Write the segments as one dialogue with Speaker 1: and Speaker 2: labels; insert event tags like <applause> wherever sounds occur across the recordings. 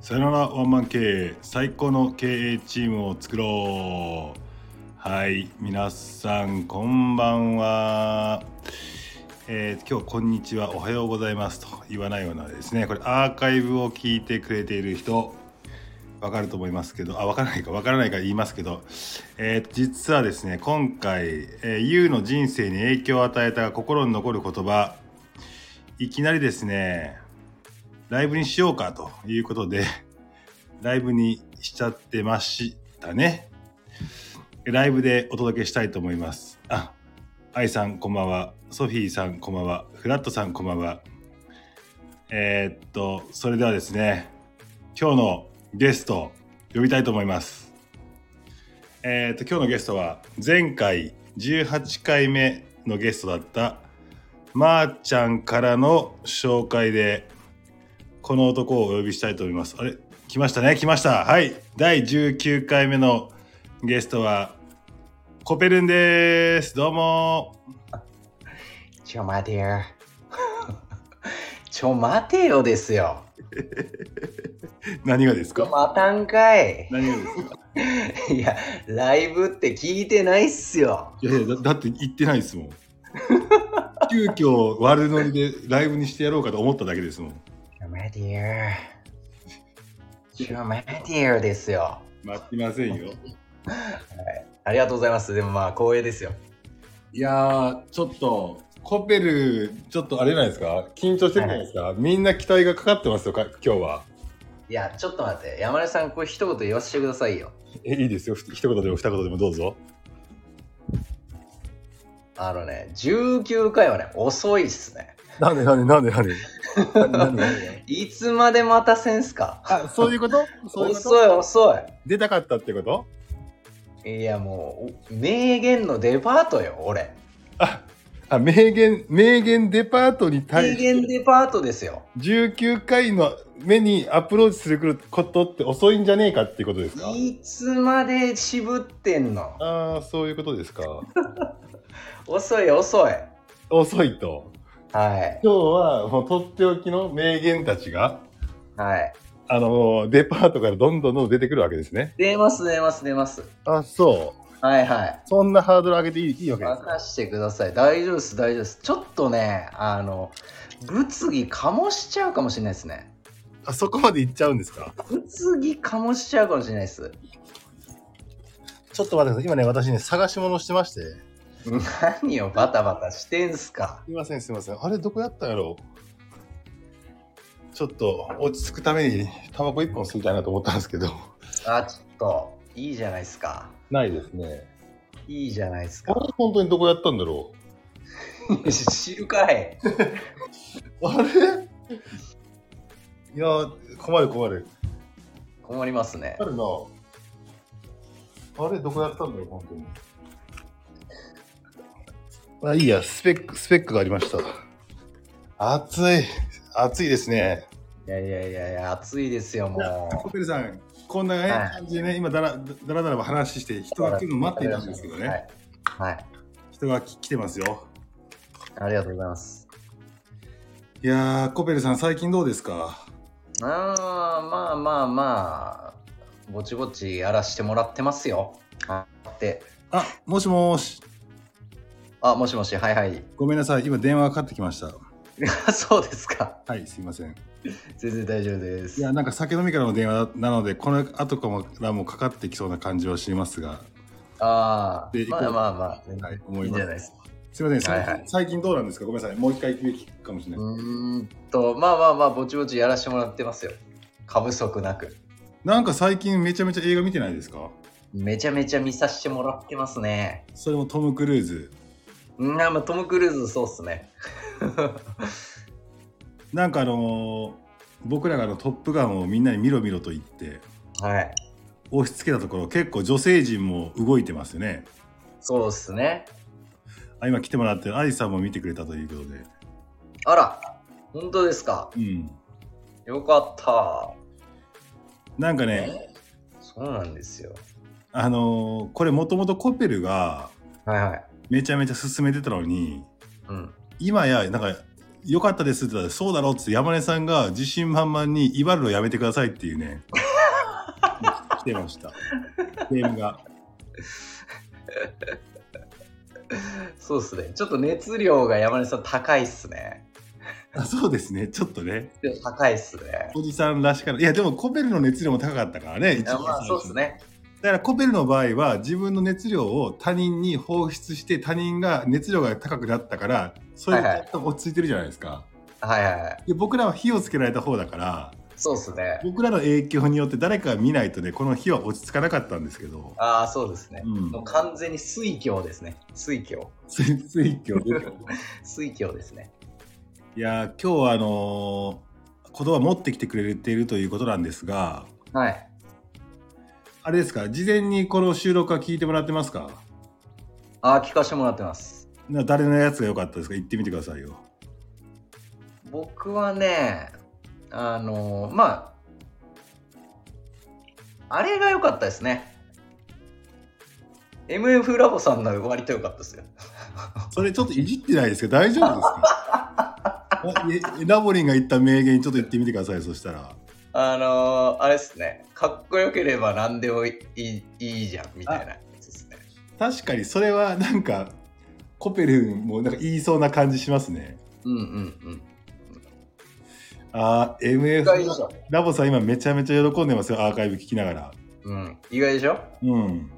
Speaker 1: さよならワンマン経営最高の経営チームを作ろうはい皆さんこんばんは、えー今日こんにちはおはようございますと言わないようなですねこれアーカイブを聞いてくれている人わかると思いますけどあわからないかわからないから言いますけど、えー実はですね今回、えー、ユウの人生に影響を与えた心に残る言葉いきなりですねライブにしようかということで、ライブにしちゃってましたね。ライブでお届けしたいと思います。あ、愛さんこんばんは。ソフィーさんこんばんは。フラットさんこんばんは。えーっと、それではですね、今日のゲスト呼びたいと思います。えーっと、今日のゲストは、前回18回目のゲストだった、まーちゃんからの紹介で、この男をお呼びしたいと思います。あれ来ましたね来ましたはい第19回目のゲストはコペルンですどうも
Speaker 2: ちょ待てよ。 <laughs> ちょ待てよですよ。
Speaker 1: 何がです
Speaker 2: ちょ
Speaker 1: か
Speaker 2: 待たんかい。
Speaker 1: 何がですか
Speaker 2: いや、ライブって聞いてないっすよ。
Speaker 1: いやいやだだって言ってないです <laughs> もん急遽悪ノリでライブにしてやろうかと思っただけですもん
Speaker 2: ちょ待てよ。ちょ待てよですよ。
Speaker 1: 待ってませんよ
Speaker 2: ありがとうございます。でもまあ光栄ですよ。
Speaker 1: いやーちょっとコペルちょっとあれないですか緊張してるじゃないですか、みんな期待がかかってますよか今日はい
Speaker 2: や、ちょっと待って。山根さん、これ一言言わせてくださいよ。
Speaker 1: えいいですよひ一言でも二言でもどうぞ
Speaker 2: あのね、19回はね、遅いっすね。
Speaker 1: なんでなんでなんでなんでなんでなんで
Speaker 2: いつまで待たせんすか
Speaker 1: あそういうことそういうこと
Speaker 2: 遅い遅
Speaker 1: 出たかったってこと
Speaker 2: い。いや、もう、お名言のデパートよ、俺。
Speaker 1: ああ名言名言デパートに対
Speaker 2: 名
Speaker 1: して
Speaker 2: 言デパートですよ。
Speaker 1: 19回の目にアプローチすることって遅いんじゃねえかっていうことですか
Speaker 2: いつまで渋ってんの
Speaker 1: ああそういうことですか
Speaker 2: 遅い遅い。
Speaker 1: 遅いと
Speaker 2: はい。
Speaker 1: 今日はもうとっておきの名言たちが
Speaker 2: はい。
Speaker 1: あのデパートからどんどんどんどん出てくるわけですね
Speaker 2: 出ます出ます出ます。
Speaker 1: あそう
Speaker 2: はいはい。
Speaker 1: そんなハードル上げていいいいわけですか
Speaker 2: 任してください。大丈夫です大丈夫です。ちょっとね、あの、物議かもしちゃうかもしれないですね。
Speaker 1: あそこまでいっちゃうんですか
Speaker 2: 物議かもしちゃうかもしれないです。
Speaker 1: ちょっと待ってください今ね私ね探し物してまして
Speaker 2: 何をバタバタしてんすか
Speaker 1: すいませんすいませんあれどこやったんやろうちょっと落ち着くためにタバコ1本吸いたいなと思ったんですけど
Speaker 2: あ、ちょっと、いいじゃないですか。
Speaker 1: ないですね
Speaker 2: いいじゃないです
Speaker 1: あ
Speaker 2: か。
Speaker 1: れ本当にどこやったんだろ
Speaker 2: 知るかい。
Speaker 1: うあれいやー困る困る
Speaker 2: 困りますね。
Speaker 1: 困るなあれどこやったんだろう本当にあいいやスペックスペックがありました暑い暑いですね
Speaker 2: いやいやいやいや、暑いですよ、もう
Speaker 1: コ。ペルさん、こんな、ね
Speaker 2: はい
Speaker 1: 感じでね、今だら、だらだら話して、人が来るの待っていたんですけどね、
Speaker 2: はい。はい。
Speaker 1: 人がき来てますよ。
Speaker 2: ありがとうございます。
Speaker 1: いやー、コペルさん、最近どうですか
Speaker 2: あーまあまあまあ、ぼちぼちやらしてもらってますよ。あって。
Speaker 1: あ、もしもーし、
Speaker 2: あ、もしもし、はいはい。
Speaker 1: ごめんなさい、今電話がかかってきました。
Speaker 2: そうですか。
Speaker 1: はい、すいません。
Speaker 2: 全然大丈夫です。
Speaker 1: いや、なんか酒飲みからの電話なので、この後からもかかってきそうな感じはしますが、
Speaker 2: あ
Speaker 1: で
Speaker 2: ーまあまあまあ、
Speaker 1: はいい、思
Speaker 2: い
Speaker 1: い
Speaker 2: ん
Speaker 1: ま
Speaker 2: じゃ
Speaker 1: す。
Speaker 2: ないですか。
Speaker 1: すいません、最近,、
Speaker 2: はいはい
Speaker 1: 最近どうなんですかごめんなさい、もう一回聞くかもしれな
Speaker 2: う
Speaker 1: いです。
Speaker 2: ーんと、まあまあまあ、ぼちぼちやらしてもらってますよ。過不足なく。
Speaker 1: なんか最近めちゃめちゃ映画見てないですか
Speaker 2: めちゃめちゃ見させてもらってますね。
Speaker 1: それもトム・クルーズ。
Speaker 2: うん、まあ、トム・クルーズそうっすね。
Speaker 1: なんかあのー僕らがあの「トップガン」をみんなに見ろ見ろと言って
Speaker 2: はい。
Speaker 1: 押し付けたところ結構女性陣も動いてますよね
Speaker 2: そうっすね。
Speaker 1: あ今来てもらってるアイさんも見てくれたということで
Speaker 2: あら、本当ですか。
Speaker 1: うん
Speaker 2: よかった。
Speaker 1: なんかね
Speaker 2: そうなんですよ。
Speaker 1: あのーこれもともとコペルが
Speaker 2: はいはい。
Speaker 1: めちゃめちゃ進めてたのに
Speaker 2: うん。
Speaker 1: 今やなんか良かったですって言ったら、そうだろうっつって山根さんが自信満々に威張るのやめてくださいっていうね、来てました。ゲームが。
Speaker 2: そうっすね。ちょっと熱量が山根さん高いっすね。
Speaker 1: あそうですね、ちょっとね、
Speaker 2: 高いっすね。
Speaker 1: おじさんらしから、いや、でもコペルの熱量も高かったからね、一
Speaker 2: いや
Speaker 1: 番
Speaker 2: まあ
Speaker 1: 最初
Speaker 2: そうっすね。
Speaker 1: だからコペルの場合は自分の熱量を他人に放出して他人が熱量が高くなったからそういう
Speaker 2: はいはい
Speaker 1: ことが落ち着いてるじゃないですか、
Speaker 2: はいはいはい。
Speaker 1: で僕らは火をつけられた方だから
Speaker 2: そうっすね。
Speaker 1: 僕らの影響によって誰かが見ないとねこの火は落ち着かなかったんですけど
Speaker 2: ああ、そうですね。
Speaker 1: うん
Speaker 2: もう完全に水教ですね。水教。
Speaker 1: <laughs> 水水挙出て
Speaker 2: 水教ですね。
Speaker 1: いやー今日はあのー言葉持ってきてくれているということなんですが
Speaker 2: はい。
Speaker 1: あれですか事前にこの収録は聞いてもらってますか
Speaker 2: ああ、聞かせてもらってます。
Speaker 1: な誰のやつが良かったですか言ってみてくださいよ
Speaker 2: 僕はね、あのーまあ、あれが良かったですね。MF ラボさんの割と良かったですよ。
Speaker 1: それちょっといじってないですけど大丈夫ですかあえラボリンが言った名言ちょっと言ってみてくださいそしたら
Speaker 2: あのーあれですね。かっこよければ何でもいいいいじゃん、みたいなやつですね。
Speaker 1: 確かにそれはなんかコペルンもなんか言いそうな感じしますね
Speaker 2: うんうんうん。
Speaker 1: あー
Speaker 2: 意外でし
Speaker 1: MF
Speaker 2: ょ。
Speaker 1: ラボさん今めちゃめちゃ喜んでますよアーカイブ聞きながら
Speaker 2: うん、意外でしょ。
Speaker 1: うん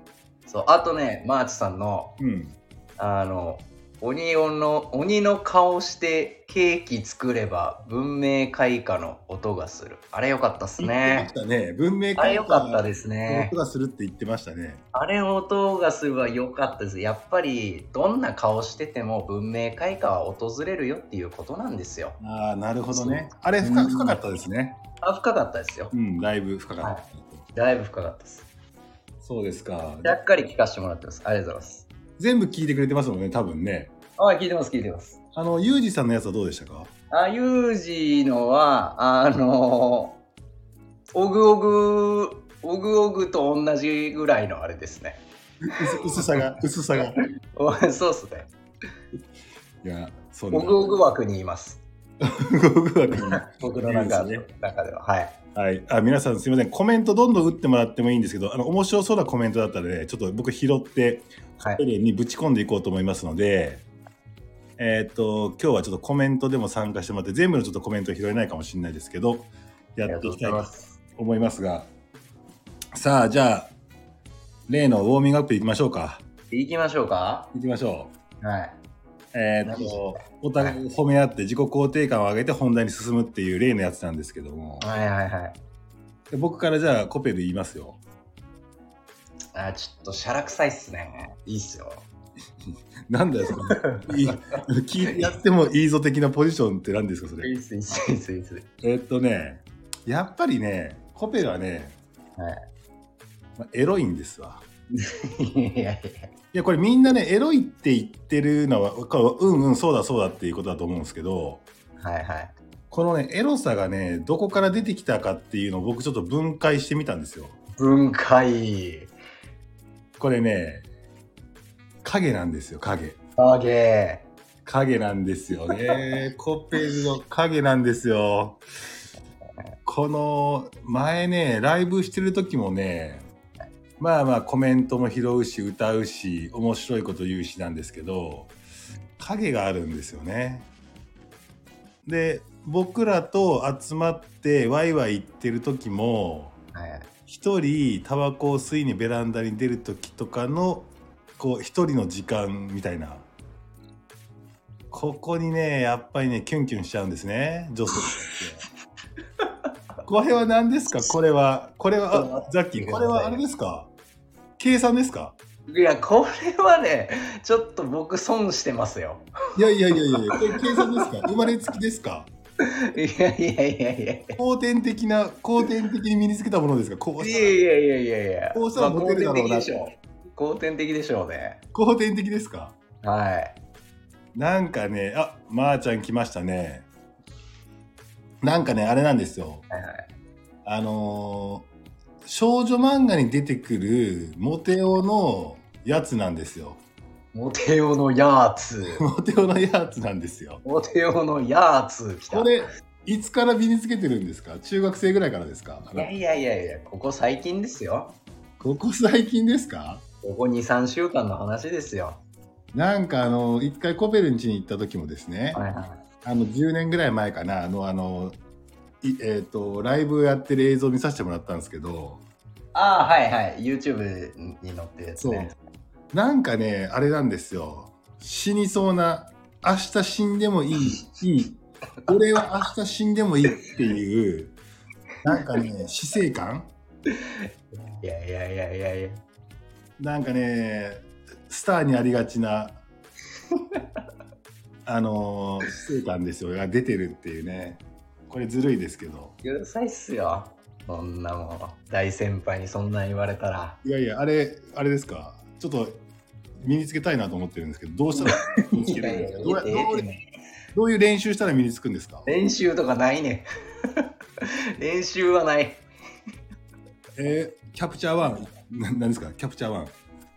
Speaker 2: そう、あとね、マーチさんの、
Speaker 1: うん
Speaker 2: あの、鬼の鬼の顔してケーキ作れば文明開化の音がする。あれ良かったっす
Speaker 1: 言ってま
Speaker 2: ね
Speaker 1: し。たね文明
Speaker 2: あれ良かった
Speaker 1: で
Speaker 2: ですね
Speaker 1: 音。がするって言ってましたね
Speaker 2: あれ音がするは良かったです。やっぱりどんな顔してても文明開化は訪れるよっていうことなんですよ。
Speaker 1: ああなるほどね
Speaker 2: そ
Speaker 1: あれ
Speaker 2: う
Speaker 1: 深
Speaker 2: ん
Speaker 1: 深かったですね
Speaker 2: あ深かったですよ。
Speaker 1: うんだいぶ深かった、
Speaker 2: はだいぶ深かったです。
Speaker 1: そうですか
Speaker 2: ちゃっかり聞かせてもらってます。ありがとうございます。
Speaker 1: 全部聞いてくれてますもんね多分ね
Speaker 2: はい、聞いてます、聞いてます。
Speaker 1: あのユージさんのやつはどうでしたか
Speaker 2: あ、ユージのは、あのオグオグ、オグオグと同じぐらいのあれですね。
Speaker 1: 薄薄さ
Speaker 2: <laughs>
Speaker 1: が薄さがい
Speaker 2: おそうっすね。
Speaker 1: やそんな
Speaker 2: オグオグ枠にいます。
Speaker 1: 僕はね
Speaker 2: 僕の中
Speaker 1: いい
Speaker 2: で,、
Speaker 1: です
Speaker 2: 中では。はい。
Speaker 1: はいあ皆さんすいませんコメントどんどん打ってもらってもいいんですけどあの面白そうなコメントだったらねちょっと僕拾って
Speaker 2: は
Speaker 1: ペ
Speaker 2: い、
Speaker 1: レにぶち込んでいこうと思いますのでえーっと今日はちょっとコメントでも参加してもらって全部のちょっとコメント拾えないかもしれないですけど
Speaker 2: あ
Speaker 1: や
Speaker 2: りが
Speaker 1: ってい
Speaker 2: と
Speaker 1: うきた
Speaker 2: ござ
Speaker 1: い
Speaker 2: い
Speaker 1: と
Speaker 2: ます。
Speaker 1: 思いますがさあじゃあ例のウォーミングアップいきましょうか
Speaker 2: 行きましょうか。
Speaker 1: いきましょう
Speaker 2: はい。
Speaker 1: えーっと、お互い褒め合って自己肯定感を上げて本題に進むっていう例のやつなんですけども、
Speaker 2: はいはいはい。
Speaker 1: で僕からじゃあコペル言いますよ。
Speaker 2: あ、ちょっとシャラ臭いっすね。いいっすよ。
Speaker 1: なんだよ、そ
Speaker 2: <laughs>
Speaker 1: のいい聞いてやってもいいぞ的なポジションって何ですか、そ
Speaker 2: い
Speaker 1: れ。
Speaker 2: いっす、いいっす、いいっす、いいっす。
Speaker 1: えーっとね、やっぱりね、コペルはね、
Speaker 2: は
Speaker 1: まあエロいんですわ。
Speaker 2: い。いやいや。
Speaker 1: いや、これみんなね、エロいって言ってるのは、これうんうん、そうだそうだっていうことだと思うんですけど、
Speaker 2: はいはい。
Speaker 1: このね、エロさがね、どこから出てきたかっていうのを僕ちょっと分解してみたんですよ。
Speaker 2: 分解。
Speaker 1: これね、影なんですよ、影。
Speaker 2: あげ
Speaker 1: 影なんですよね。 <laughs> コペルの影なんですよ。この前ね、ライブしてる時もね、まあまあコメントも拾うし、歌うし、面白いこと言うしなんですけど、影があるんですよね。で、僕らと集まってワイワイ言ってる時も、
Speaker 2: はいはい。
Speaker 1: 一人タバコを吸いにベランダに出る時とかのこう一人の時間みたいなここにねやっぱりねキュンキュンしちゃうんですね女性ってこれは何ですかこれはこれはあザッキーこれはあれですか計算ですか
Speaker 2: いや、これはね、ちょっと僕損してますよ。
Speaker 1: いやいやいやいやこれ計算ですか生まれつきですか
Speaker 2: いやいやいやいやい
Speaker 1: 後天的な後天的に身につけたものですかこう
Speaker 2: やいやいやいやいや。
Speaker 1: こうしたらモテるだろうな
Speaker 2: まあ後天的でしょう。後天的でしょうね。
Speaker 1: 後天的ですか
Speaker 2: はい。
Speaker 1: なんかね、あまー、ちゃん来ましたね。なんかね、あれなんですよ。
Speaker 2: はいはい。
Speaker 1: あのー少女漫画に出てくるモテ男のやつなんですよ。 <laughs>
Speaker 2: モテオのやーつ。
Speaker 1: モテオのやつなんですよ。
Speaker 2: モテオのやーつ来た
Speaker 1: こ。れいつから身につけてるんですか中学生ぐらいからですか
Speaker 2: いやいやいやいや、ここ最近ですよ。
Speaker 1: ここ最近ですか
Speaker 2: ここ2、3週間の話ですよ。
Speaker 1: なんかあの一回コペルンチに行った時もですね、
Speaker 2: はいはい
Speaker 1: あの10年ぐらい前かなあのあのいえー、とライブやってる映像見させてもらったんですけど
Speaker 2: ああ、はいはい。YouTube に載ってるやつね。
Speaker 1: なんかねあれなんですよ死にそうな明日死んでもいいいい俺は明日死んでもいいっていうなんかね死生観
Speaker 2: いやいやいやいやいや。
Speaker 1: なんかねスターにありがちな <laughs> あの死生観ですよが出てるっていうねこれずるいですけど。
Speaker 2: うるさいっすよ。そんなもん。大先輩にそんなん言われたら。
Speaker 1: いやいや、あれ、あれですか、ちょっと身につけたいなと思ってるんですけど、どうしたら身につけるんですか <laughs> どうやどうどういう練習したら身につくんですか、
Speaker 2: 練習とかないね。練習はない。
Speaker 1: えーキャプチャーワン、ななんですか、キャプチャーワン。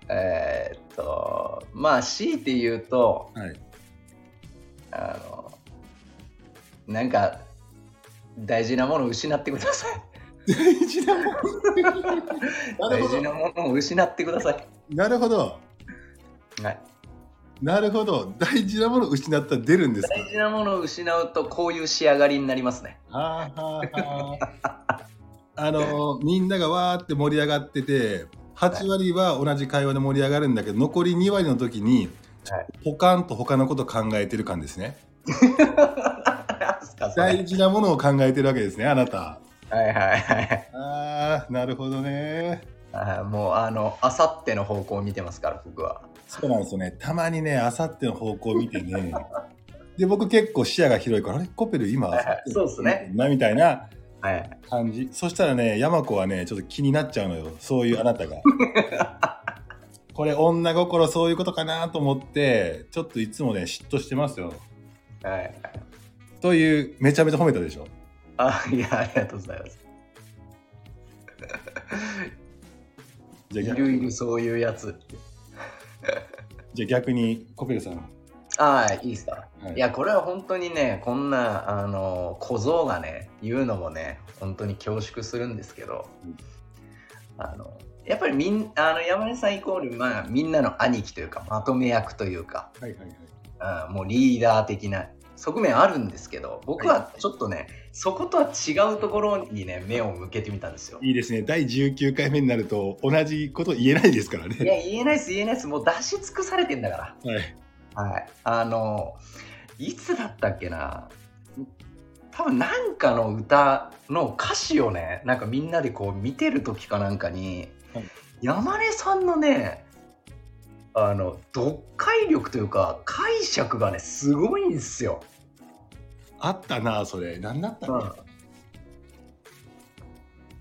Speaker 2: えーっと、まあ、強いて言うと、
Speaker 1: はい
Speaker 2: あの、なんか、大事なものを失ってください。
Speaker 1: 大事なものなる
Speaker 2: 大
Speaker 1: ほ
Speaker 2: 事
Speaker 1: ど
Speaker 2: なものを失ってください。
Speaker 1: なるほど、
Speaker 2: はい、
Speaker 1: なるほど、大事なものを失ったら出るんですか。
Speaker 2: 大事なものを失うと、こういう仕上がりになりますね。
Speaker 1: は <laughs> あはあはああのみんながわーって盛り上がってて8割は同じ会話で盛り上がるんだけど残り2割の時に
Speaker 2: はい
Speaker 1: ポカンと他のこと考えてる感ですね
Speaker 2: なんすかそれはい
Speaker 1: 大事なものを考えてるわけですねあなた
Speaker 2: はいはい。
Speaker 1: あーなるほどね
Speaker 2: あーもう、あの、あさっての方向を見てますから、僕は。
Speaker 1: そうなんですよねたまにねあさっての方向を見てねで僕結構視野が広いからあれコペル今
Speaker 2: はいはいそうっすね
Speaker 1: なみたいな
Speaker 2: はい。
Speaker 1: 感じそしたらね山子はねちょっと気になっちゃうのよそういうあなた
Speaker 2: <laughs>
Speaker 1: がこれ女心そういうことかなと思ってちょっといつもね嫉妬してますよ
Speaker 2: はい。
Speaker 1: というめちゃめちゃ褒めたでしょ
Speaker 2: あ、いや、ありがとうございます。
Speaker 1: じ
Speaker 2: い
Speaker 1: ゃあ
Speaker 2: るいる、そういうやつ。
Speaker 1: じゃあ逆にコペルさん、は
Speaker 2: ああ、いいっすか。
Speaker 1: い
Speaker 2: いや、これは本当にね、こんな、あの、小僧がね、言うのもね、本当に恐縮するんですけど
Speaker 1: うん、
Speaker 2: あの、やっぱりみん、あの、山根さんイコール、まあ、みんなの兄貴というか、まとめ役というか、
Speaker 1: はいはいはい
Speaker 2: うんもうリーダー的な側面あるんですけど、僕はちょっとね、そことは違うところにね、目を向けてみたんですよ。
Speaker 1: いいですね第19回目になると同じこと言えないですから
Speaker 2: い
Speaker 1: ね
Speaker 2: や、言えないです、言えないです。もう出し尽くされてんだから。
Speaker 1: はい
Speaker 2: はい、あのいつだったっけな多分なんかの歌の歌詞をねなんかみんなでこう見てる時かなんかに、
Speaker 1: はい
Speaker 2: 山根さんのねあの読解力というか解釈がねすごいんですよ。
Speaker 1: あったなそれ何だったの、
Speaker 2: うん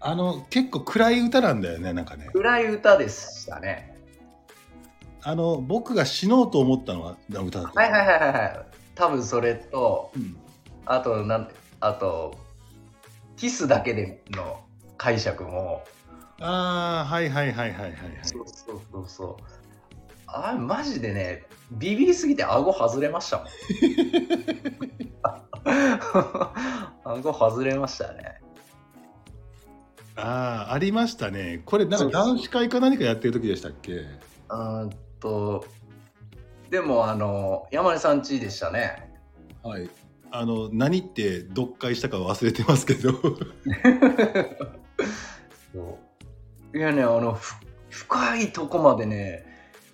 Speaker 1: あの結構暗い歌なんだよねなんかね
Speaker 2: 暗い歌でしたね。
Speaker 1: あの僕が死のうと思ったのは歌だった
Speaker 2: はいはいはいはいはい。多分それと
Speaker 1: うん
Speaker 2: あとなんあとキスだけでの解釈も
Speaker 1: ああはいはいはいはいはいはい
Speaker 2: そうそうそうそう。あれ、マジでね、ビビりすぎて顎外れましたもん。顎外れましたね。
Speaker 1: ああありましたねこれな
Speaker 2: そ
Speaker 1: ん
Speaker 2: う
Speaker 1: か
Speaker 2: そう
Speaker 1: 男子会か何かやってる時でしたっけ
Speaker 2: うーんと、でも、あの、山根さんちでしたね。
Speaker 1: はいあの何って読解したかは忘れてますけど
Speaker 2: <laughs> いやね、あの、ふ深いとこまでね、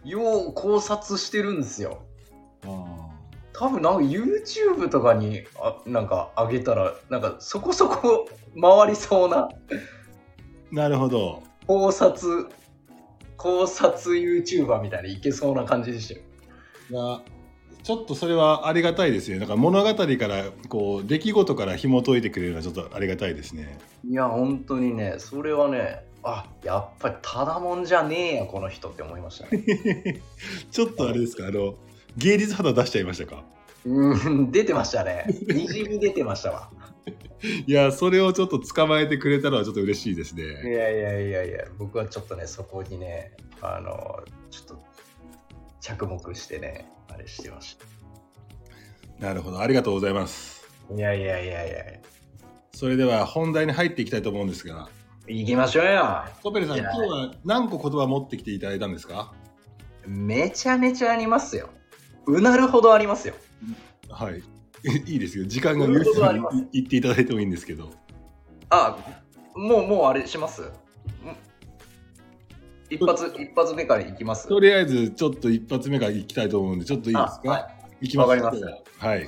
Speaker 2: よう考察してるんですよ。
Speaker 1: あ
Speaker 2: 多分なんか YouTube とかにあなんか上げたら、なんかそこそこ回りそう
Speaker 1: ー
Speaker 2: な。
Speaker 1: なるほど
Speaker 2: 考察考察 YouTuber みたいにいけそうな感じでしたよ
Speaker 1: いやちょっとそれはありがたいですねなんか物語からこう出来事から紐解いてくれるのはちょっとありがたいですね
Speaker 2: いや本当にねそれはねあやっぱりただもんじゃねえやこの人って思いました <laughs> ね
Speaker 1: ちょっとあれですかあの芸術肌出しちゃいましたか
Speaker 2: うん出てましたねにじみ出てましたわ
Speaker 1: いやそれをちょっと捕まえてくれたのはちょっと嬉しいです
Speaker 2: い
Speaker 1: ね
Speaker 2: やいやいやいや僕はちょっとねそこにねあのちょっと着目してね、あれしてました。
Speaker 1: なるほどありがとうございます
Speaker 2: いやいやいやいや。
Speaker 1: それでは本題に入っていきたいと思うんですが
Speaker 2: 行きましょうよ。
Speaker 1: コペルさん
Speaker 2: いや
Speaker 1: 今日は何個言葉持ってきていただいたんですか
Speaker 2: めちゃめちゃありますよ。うなるほどありますよ。
Speaker 1: はい <laughs> いいですよ時間が許す
Speaker 2: そういうことは
Speaker 1: の
Speaker 2: あり
Speaker 1: に
Speaker 2: ます
Speaker 1: い言っていただいてもいいんですけど
Speaker 2: あ、もうもうあれしますん一発、一発目から行きます
Speaker 1: とりあえずちょっと一発目からいきたいと思うんでちょっといいです
Speaker 2: あ
Speaker 1: か、、
Speaker 2: はい
Speaker 1: きます
Speaker 2: わかりまし
Speaker 1: はい
Speaker 2: え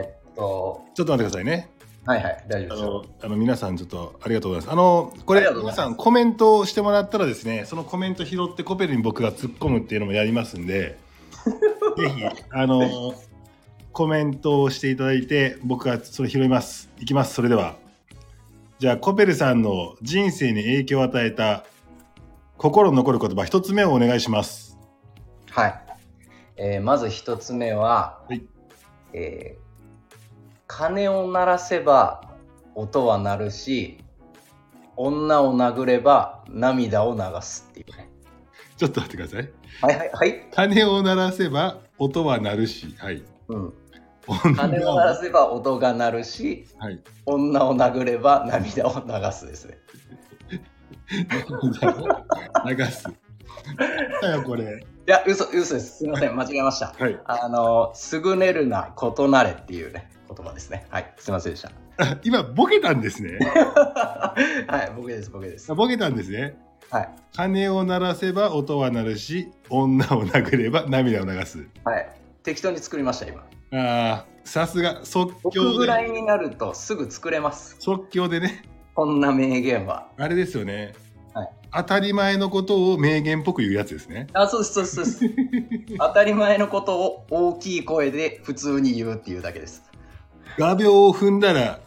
Speaker 2: ーっと、
Speaker 1: ちょっと待ってくださいね
Speaker 2: はいはい、大丈
Speaker 1: あ
Speaker 2: 夫ですよ。
Speaker 1: のあの皆さんちょっとありがとうございますあのこ
Speaker 2: あり
Speaker 1: れ
Speaker 2: がとうご
Speaker 1: 皆
Speaker 2: ざい
Speaker 1: さ
Speaker 2: ます
Speaker 1: んコメントをしてもらったらですねそのコメント拾ってコペルに僕が突っ込むっていうのもやりますん
Speaker 2: <laughs>
Speaker 1: でぜひあのコメントをしていただいて僕がそれ拾いますいきますそれではじゃあコペルさんの人生に影響を与えた心に残る言葉一つ目をお願いします
Speaker 2: はい。えーまず一つ目は、
Speaker 1: はい
Speaker 2: えー鐘を鳴らせば音は鳴るし、女を殴れば涙を流すっていうね。
Speaker 1: ちょっと待ってくださ
Speaker 2: <laughs>
Speaker 1: い
Speaker 2: はいはいはい。
Speaker 1: 鐘を鳴らせば音は鳴るしはい
Speaker 2: うん、鐘
Speaker 1: 女
Speaker 2: を鳴ら
Speaker 1: は
Speaker 2: せば音が鳴るし、
Speaker 1: はい
Speaker 2: 女を殴れば涙を流すですね。
Speaker 1: 流す。だよこれ。
Speaker 2: いや、嘘、嘘です。すみません、間違えました。
Speaker 1: はい。
Speaker 2: あの、優れるな、異なれっていうね、言葉ですね。はい、すみませんでした。 <laughs>
Speaker 1: 今ボケたんですね。
Speaker 2: はい、僕です、僕です。
Speaker 1: ボケたんですね。
Speaker 2: はい。
Speaker 1: 鐘を鳴らせば音は鳴るし、女を殴れば涙を流す。
Speaker 2: はい。適当に作りました、今。
Speaker 1: ああ、さすが即
Speaker 2: 僕
Speaker 1: 興
Speaker 2: ぐら
Speaker 1: で。
Speaker 2: いになるとすぐ作れます。
Speaker 1: 即興でね、
Speaker 2: こんな名言は。
Speaker 1: あれですよね。
Speaker 2: はい
Speaker 1: 当たり前のことを名言っぽく言うやつですね。
Speaker 2: あ、そうです、そうですそうです。 <laughs> 当たり前のことを大きい声で普通に言うっていうだけです。
Speaker 1: 画鋲を踏んだら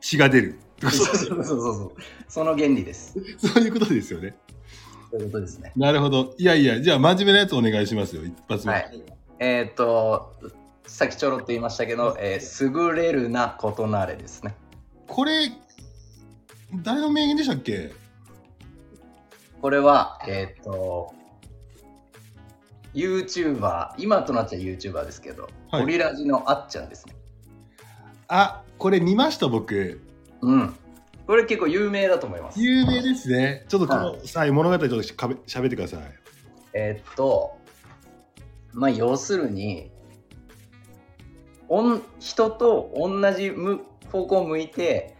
Speaker 1: 血が出る。
Speaker 2: そうそうそうそう。その原理です。そ
Speaker 1: そういうことですよね。
Speaker 2: ういうことですね。
Speaker 1: なるほど。いやいや、じゃあ真面目なやつお願いしますよ。一発目。
Speaker 2: はいえっ、と、さっきちょろっと言いましたけど、えー優れるな、異なれですね。
Speaker 1: これ誰の名言でしたっけ
Speaker 2: これは、えっ、と、YouTuber、今となっちゃ YouTuber ですけど、
Speaker 1: はい
Speaker 2: オリラジのあっちゃんですね。
Speaker 1: あこれ見ました僕
Speaker 2: うん。これ結構有名だと思います。
Speaker 1: 有名ですねちょっとこの際物語ちょっとしゃべ喋ってください
Speaker 2: えーっと、まあ要するに、おん人と同じむ方向を向いて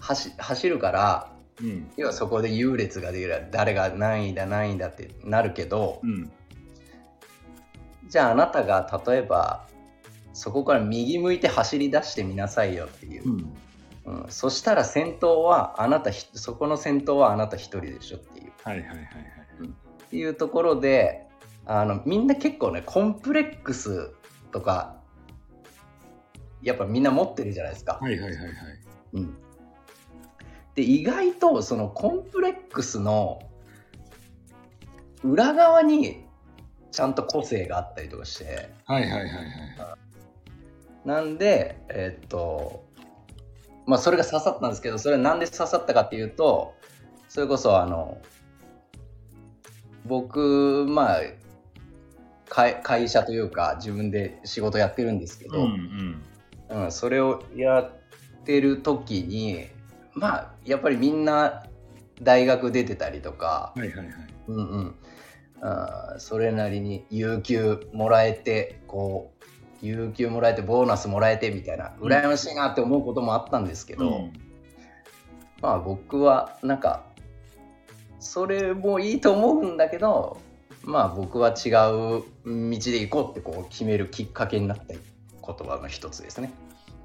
Speaker 2: 走走るから、
Speaker 1: うん
Speaker 2: 要はそこで優劣が出る。誰が何位だ何位だってなるけど
Speaker 1: う、ん
Speaker 2: じゃああなたが例えば、そこから右向いて走り出してみなさいよっていう
Speaker 1: う。ん
Speaker 2: うん、そしたら先頭はあなたひ、そこの先頭はあなた一人でしょっていう。
Speaker 1: はいはいはいはい
Speaker 2: っていうところであのみんな結構ねコンプレックスとかやっぱみんな持ってるじゃないですか。
Speaker 1: はいはいはいはい
Speaker 2: うん、で意外とそのコンプレックスの裏側にちゃんと個性があったりとかして
Speaker 1: はいはいはいはい
Speaker 2: なんでえっとまあそれが刺さったんですけどそれはなんで刺さったかっていうとそれこそあの僕まあ会会社というか自分で仕事やってるんですけ
Speaker 1: う
Speaker 2: ど、
Speaker 1: んうん
Speaker 2: うん、それをやってる時にまあやっぱりみんな大学出てたりとか、
Speaker 1: はいはいはい
Speaker 2: うんうん、あーそれなりに有給もらえてこう有給もらえてボーナスもらえてみたいな
Speaker 1: うん
Speaker 2: 羨ましいなって思うこともあったんですけど、
Speaker 1: うん
Speaker 2: まあ僕はなんかそれもいいと思うんだけどまあ僕は違う道で行こうってこう決めるきっかけになった言葉の一つですね。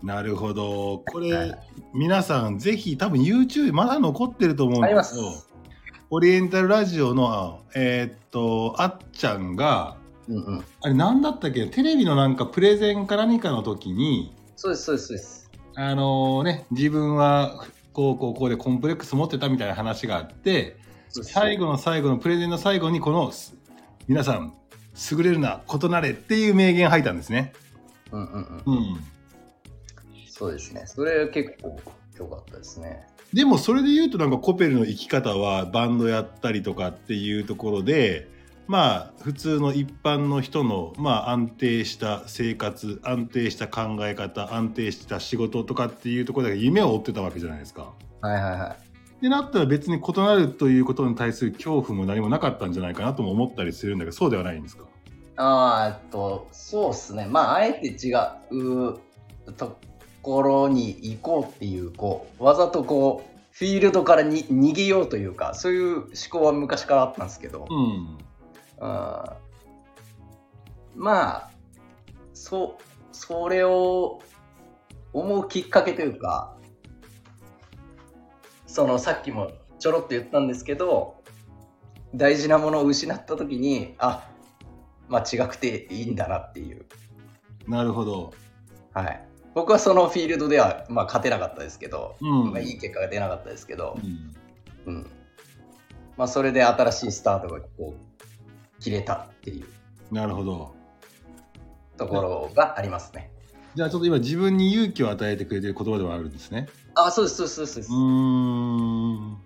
Speaker 1: なるほどこ
Speaker 2: はい
Speaker 1: れ皆さんぜひ多分 YouTube まだ残ってると思うん
Speaker 2: ありま
Speaker 1: ですすけどオリエンタルラジオのえーっとあっちゃんが
Speaker 2: うんうん
Speaker 1: あれ何だったっけテレビのなんかプレゼンか何かの時に
Speaker 2: そうです、そうです、そうです。
Speaker 1: あのね、自分はこうこうこうでコンプレックス持ってたみたいな話があって最後の最後のプレゼンの最後にこのす「皆さん優れるな異なれ」っていう名言入ったんですね。
Speaker 2: うんうんうん。
Speaker 1: うん、
Speaker 2: そうですね。それ結構良かったですね。
Speaker 1: でもそれで言うとなんかコペルの生き方はバンドやったりとかっていうところでまあ普通の一般の人の、まあ、安定した生活安定した考え方安定した仕事とかっていうところで夢を追ってたわけじゃないですか。
Speaker 2: はいはいは
Speaker 1: ってなったら別に異なるということに対する恐怖も何もなかったんじゃないかなとも思ったりするんだけどそうではないんですか
Speaker 2: い。あーえっと、そうっすね。まあ、あえて違うところに行こうっていう、こう、わざとこう、フィールドからに逃げようというか、そういう思考は昔からあったんですけど、
Speaker 1: うん
Speaker 2: あーまあそそれを思うきっかけというかそのさっきもちょろっと言ったんですけど大事なものを失った時にあまあ違くていいんだなっていう、
Speaker 1: なるほど。
Speaker 2: はい、僕はそのフィールドでは、まあ、勝てなかったですけど、
Speaker 1: うん
Speaker 2: まあ、いい結果が出なかったですけど
Speaker 1: う、ん
Speaker 2: うんまあ、それで新しいスタートがこう切れたっていう
Speaker 1: なるほど。
Speaker 2: ところがありますね。
Speaker 1: じゃあちょっと今自分に勇気を与えてくれてる言葉ではあるんですね。
Speaker 2: あ、そうです、そうです、そうです
Speaker 1: う。ーん。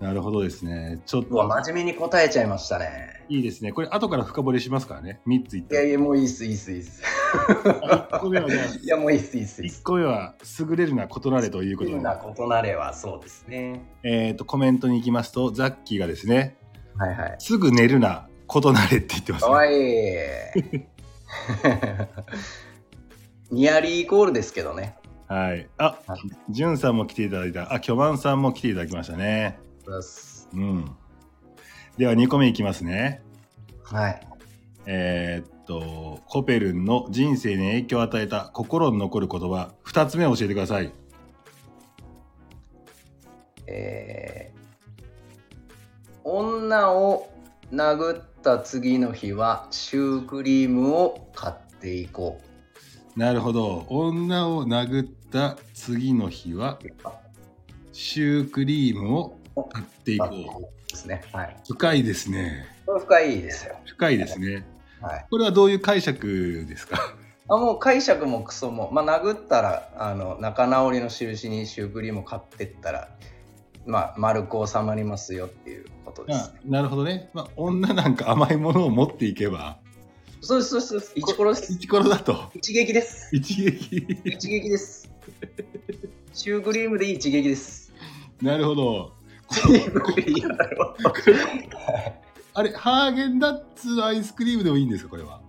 Speaker 1: なるほどですね。ちょっ
Speaker 2: うわ、
Speaker 1: と
Speaker 2: 真面目に答えちゃいましたね。
Speaker 1: いいですね。これ後から深掘りしますからね。3ついっ
Speaker 2: い
Speaker 1: た
Speaker 2: やいや、もういいっす、いいっす、いいっす。
Speaker 1: 1個目はじゃあ
Speaker 2: いや、もういいっす、いいっす、いいっ
Speaker 1: 一
Speaker 2: す。
Speaker 1: 個目は優れるな異なれということ
Speaker 2: う
Speaker 1: で、
Speaker 2: なことなれはそうですね。
Speaker 1: えー、とコメントに行きますとザッキーがですね
Speaker 2: はいはい。
Speaker 1: すぐ寝るな異なれって言ってます、
Speaker 2: か
Speaker 1: ね、
Speaker 2: わいい。ニアリーイコールですけどね。
Speaker 1: はいあ
Speaker 2: はい
Speaker 1: じゅんさんも来ていただいたあきょばんさんも来ていただきましたね
Speaker 2: そうっす
Speaker 1: うんでは2個目いきますね
Speaker 2: はい。
Speaker 1: えーっとコペルンの人生に影響を与えた心に残る言葉2つ目教えてください
Speaker 2: えー、女を殴った次の日はシュークリームを買っていこう。
Speaker 1: なるほど女を殴った次の日はシュークリームを買っていこう
Speaker 2: ですね。はい。
Speaker 1: 深いですね。
Speaker 2: これ深いですよ。
Speaker 1: 深いですね。
Speaker 2: はい。
Speaker 1: これはどういう解釈ですか
Speaker 2: あもう解釈もクソも、まあ、殴ったらあの仲直りの印にシュークリームを買ってったら、まあ、丸く収まりますよっていうことです
Speaker 1: あ
Speaker 2: ね。
Speaker 1: なるほどね。まあ、女なんか甘いものを持っていけば、
Speaker 2: そうですそうですそうです。一殺です。
Speaker 1: 一頃だと、
Speaker 2: 一撃です。
Speaker 1: 一撃。
Speaker 2: 一撃です。シュークリームでいい一撃です。
Speaker 1: なるほ
Speaker 2: <laughs>
Speaker 1: ど。
Speaker 2: シュークリームだろ
Speaker 1: あれ、ハーゲンダッツアイスクリームでもいいんですか、これは。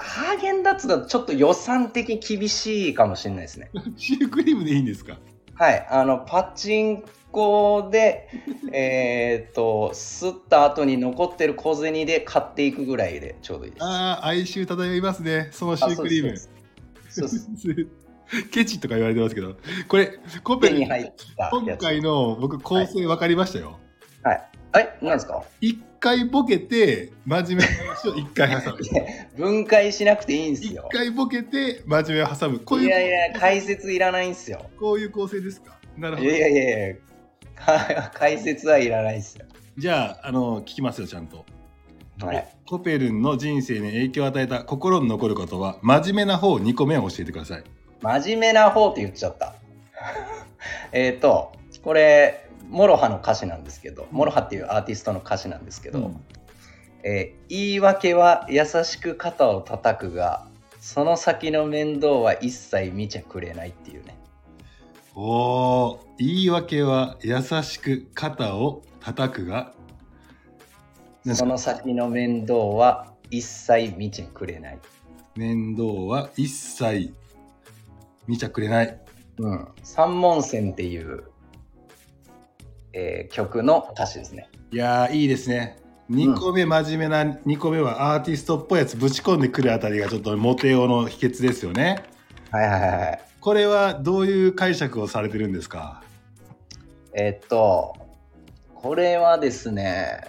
Speaker 2: ハーゲンダッツだとちょっと予算的に厳しいかもしれないですね。
Speaker 1: シュークリームでいいんですか。
Speaker 2: はい、あのパチンコで、えーっと、吸った後に残ってる小銭で買っていくぐらいでちょうどいいです。
Speaker 1: ああ、哀愁漂いますね、そのシュークリーム。
Speaker 2: そうです。そうです
Speaker 1: <laughs> ケチとか言われてますけど、これ、コペ
Speaker 2: 手に
Speaker 1: ル、
Speaker 2: 入ったや
Speaker 1: 今
Speaker 2: つ。
Speaker 1: 回の僕、構成分かりましたよ。
Speaker 2: はい、なんですか
Speaker 1: 一回ボケて、真面目な話を一回
Speaker 2: <laughs>
Speaker 1: 挟む。
Speaker 2: 分解しなくていいんです
Speaker 1: 一
Speaker 2: よ。
Speaker 1: 回ボケて真面目を挟むこう
Speaker 2: い
Speaker 1: いう
Speaker 2: やいや、解説いらないんですよ。
Speaker 1: こういう構成ですかなるほ
Speaker 2: い
Speaker 1: ど
Speaker 2: やいやいやいや、 <laughs> 解説はいらないですよ。
Speaker 1: じゃああの聞きますよちゃんと
Speaker 2: はい。
Speaker 1: コペルンの人生に影響を与えた心に残ることは真面目な方2個目を教えてください
Speaker 2: 真面目な方って言っちゃった。 <laughs> えっと、これ、モロハの歌詞なんですけど、モロハっていうアーティストの歌詞なんですけど、えー言い訳は優しく肩を叩くがその先の面倒は一切見ちゃくれないっていうね
Speaker 1: おー言い訳は優しく肩を叩くがなんです
Speaker 2: そ
Speaker 1: か
Speaker 2: の先の面倒は一切見ちゃくれない、
Speaker 1: 面倒は一切見ちゃくれない
Speaker 2: うん、三文線っていう、えー曲の歌詞ですね
Speaker 1: いやーいいですね2個目真面目な2個目はアーティストっぽいやつぶち込んでくるあたりがちょっとモテ用の秘訣ですよね
Speaker 2: はいはいはいはい
Speaker 1: これはどういう解釈をされてるんですか
Speaker 2: えーっとこれはですね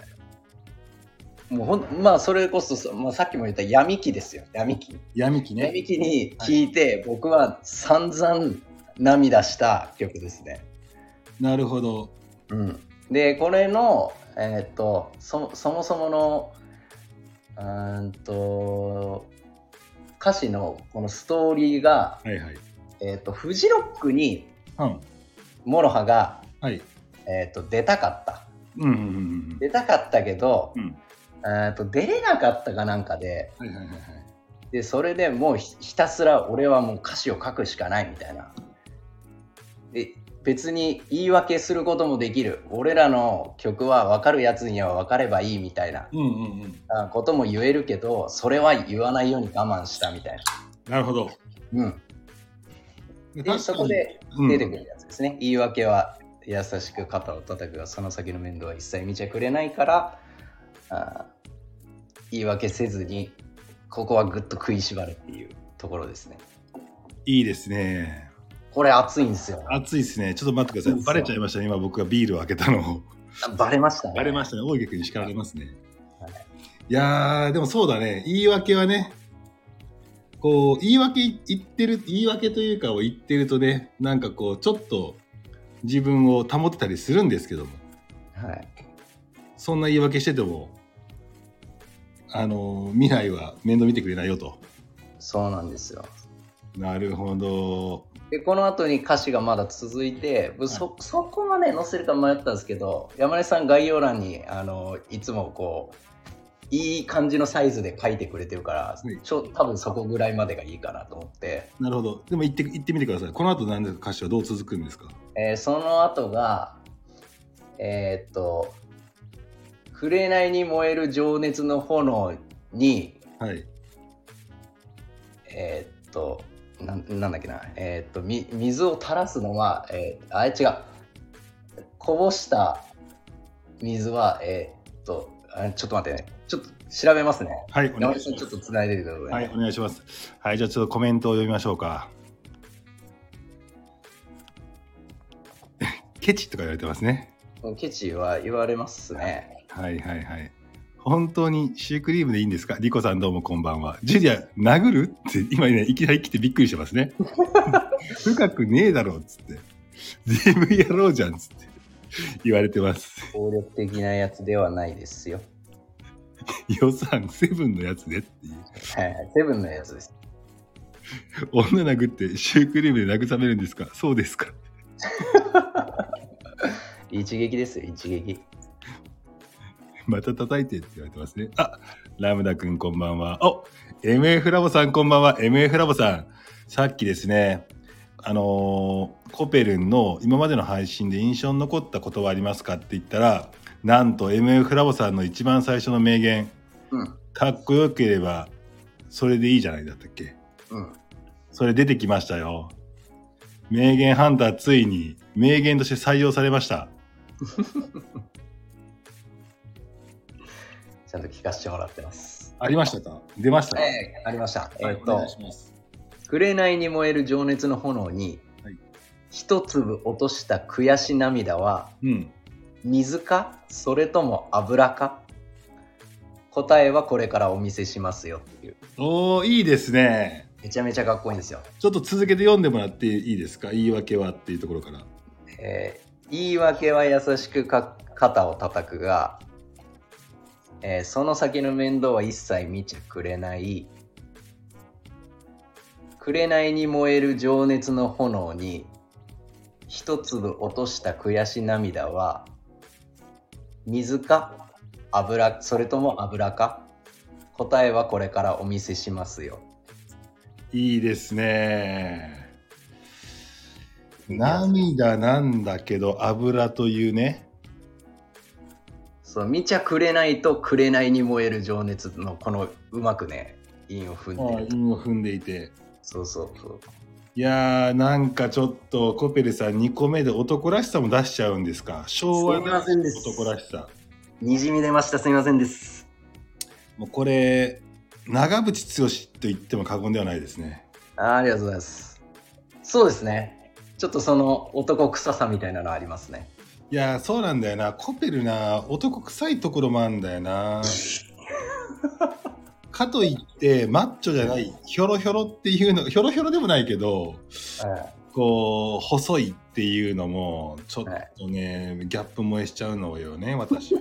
Speaker 2: もうほんまあそれこそそ、まあ、さっきも言った闇期ですよ闇期
Speaker 1: 闇期
Speaker 2: 闇
Speaker 1: ね。
Speaker 2: きに聞いて、僕は散々涙した曲ですね。
Speaker 1: なるほど。
Speaker 2: うん、でこれの、えーっとそそもそものうーんと歌詞のこのストーリーが、
Speaker 1: はいはい。
Speaker 2: えーっとフジロックに
Speaker 1: うん。
Speaker 2: モロハが、
Speaker 1: はい。
Speaker 2: えーっと出たかった
Speaker 1: うんうんうん
Speaker 2: 出たかったけど、
Speaker 1: うん
Speaker 2: えっと出れなかったかなんかで
Speaker 1: はいはいはいはい。
Speaker 2: でそれでもうひひたすら俺はもう歌詞を書くしかないみたいなで別に言い訳することもできる俺らの曲は分かるやつには分かればいいみたいな
Speaker 1: うんうんうん。
Speaker 2: あことも言えるけどそれは言わないように我慢したみたいな、
Speaker 1: なるほど。
Speaker 2: うん、
Speaker 1: で
Speaker 2: でそこで
Speaker 1: うん
Speaker 2: 出てくるやつですね、言い訳は優しく肩を叩くがその先の面倒は一切見ちゃくれないからあー言い訳せずにここはぐっと食いしばるっていうところですね
Speaker 1: いいですね。
Speaker 2: これ熱いんですよ
Speaker 1: 暑いですね。ちょっと待ってください。バレちゃいましたね。今僕がビールを開けたのを。
Speaker 2: バレましたね
Speaker 1: バレましたね。大井君に叱られますね
Speaker 2: はい。
Speaker 1: いやー、でもそうだね。言い訳はね、こう、言い訳言ってる、言い訳というかを言ってるとね、なんかこう、ちょっと自分を保ってたりするんですけども、
Speaker 2: はい、
Speaker 1: そんな言い訳してても、あのー、未来は面倒見てくれないよと。
Speaker 2: そうなんですよ
Speaker 1: なるほど。
Speaker 2: でこの後に歌詞がまだ続いてそそこまで載せるか迷ったんですけど山根さん概要欄にあのいつもこういい感じのサイズで書いてくれてるから、
Speaker 1: い
Speaker 2: ちょ多分そこぐらいまでがいいかなと思って、
Speaker 1: なるほど。でも言って、言ってみてください。この後何ですか歌詞はどう続くんですか
Speaker 2: えーその後がえーっと「紅に燃える情熱の炎に
Speaker 1: はい。
Speaker 2: えーっとなんなんだっけな、えーっとみ水を垂らすのは、えーあ違うこぼした水はえーっとあちょっと待ってねちょっと調べますね
Speaker 1: はい、お願
Speaker 2: 山
Speaker 1: い
Speaker 2: 田
Speaker 1: し
Speaker 2: さんち
Speaker 1: ま
Speaker 2: ょっ
Speaker 1: す
Speaker 2: と。つないでてください、
Speaker 1: はい、お願いします。はい、じゃあちょっとコメントを読みましょうか。 <laughs> ケチとか言われてますね。
Speaker 2: もうケチは言われますね
Speaker 1: はいはいはい。本当にシュークリームでいいんですかリコさんどうもこんばんは。ジュリア、殴るって今ね、いきなり来てびっくりしてます
Speaker 2: <laughs>
Speaker 1: ね。深くねえだろっつって。全部やろうじゃんっつって言われてます。
Speaker 2: 暴力的なやつではないですよ
Speaker 1: 予算セブンのやつねっていう。
Speaker 2: はいはいセブンのやつです
Speaker 1: 女殴ってシュークリームで慰めるんですかそうですか <laughs>
Speaker 2: 一撃ですよ一撃
Speaker 1: また叩いてって言われてますね。あラムダくんこんばんは。お MF ラボさんこんばんは。MF ラボさん。さっきですね、あのーコペルンの今までの配信で印象に残ったことはありますかって言ったら、なんと MF ラボさんの一番最初の名言、
Speaker 2: うん
Speaker 1: かっこよければそれでいいじゃないだったっけ
Speaker 2: うん
Speaker 1: それ出てきましたよ。名言ハンターついに名言として採用されました。
Speaker 2: ちゃんと聞かせてもらってます
Speaker 1: ありましたか出ましたか、
Speaker 2: ええありました、え
Speaker 1: はい
Speaker 2: ーっ
Speaker 1: お願
Speaker 2: と
Speaker 1: いします。
Speaker 2: 紅に燃える情熱の炎に、
Speaker 1: はい
Speaker 2: 一粒落とした悔し涙は
Speaker 1: うん。
Speaker 2: 水かそれとも油か答えはこれからお見せしますよっていう
Speaker 1: おおいいですね
Speaker 2: めちゃめちゃかっこいいんですよ、
Speaker 1: ちょっと続けて読んでもらっていいですか言い訳はっていうところから
Speaker 2: えー言い訳は優しくか肩を叩くが、えーその先の面倒は一切見ちゃくれない紅に燃える情熱の炎に一粒落とした悔し涙は水か油それとも油か答えはこれからお見せしますよ
Speaker 1: いいですね涙なんだけど油というね
Speaker 2: そう見ちゃくれないと紅に燃える情熱のこのうまくね韻を踏んでる
Speaker 1: 韻を踏んでいて
Speaker 2: そうそうそう
Speaker 1: いやーなんかちょっとコペルさん2個目で男らしさも出しちゃうんですか昭和
Speaker 2: すいま
Speaker 1: の
Speaker 2: せんです
Speaker 1: 男らしさ
Speaker 2: にじみ出ましたすみませんです
Speaker 1: もうこれ長渕剛と言っても過言ではないですね
Speaker 2: あーありがとうございますそうですねちょっとその男臭さみたいなのありますね
Speaker 1: いやーそうなんだよなコペルな男臭いところもあるんだよなかといってマッチョじゃないひょろひょろっていうのひょろひょろでもないけど
Speaker 2: う
Speaker 1: こう細いっていうのもちょっとね、ギャップ萌えしちゃうのよね私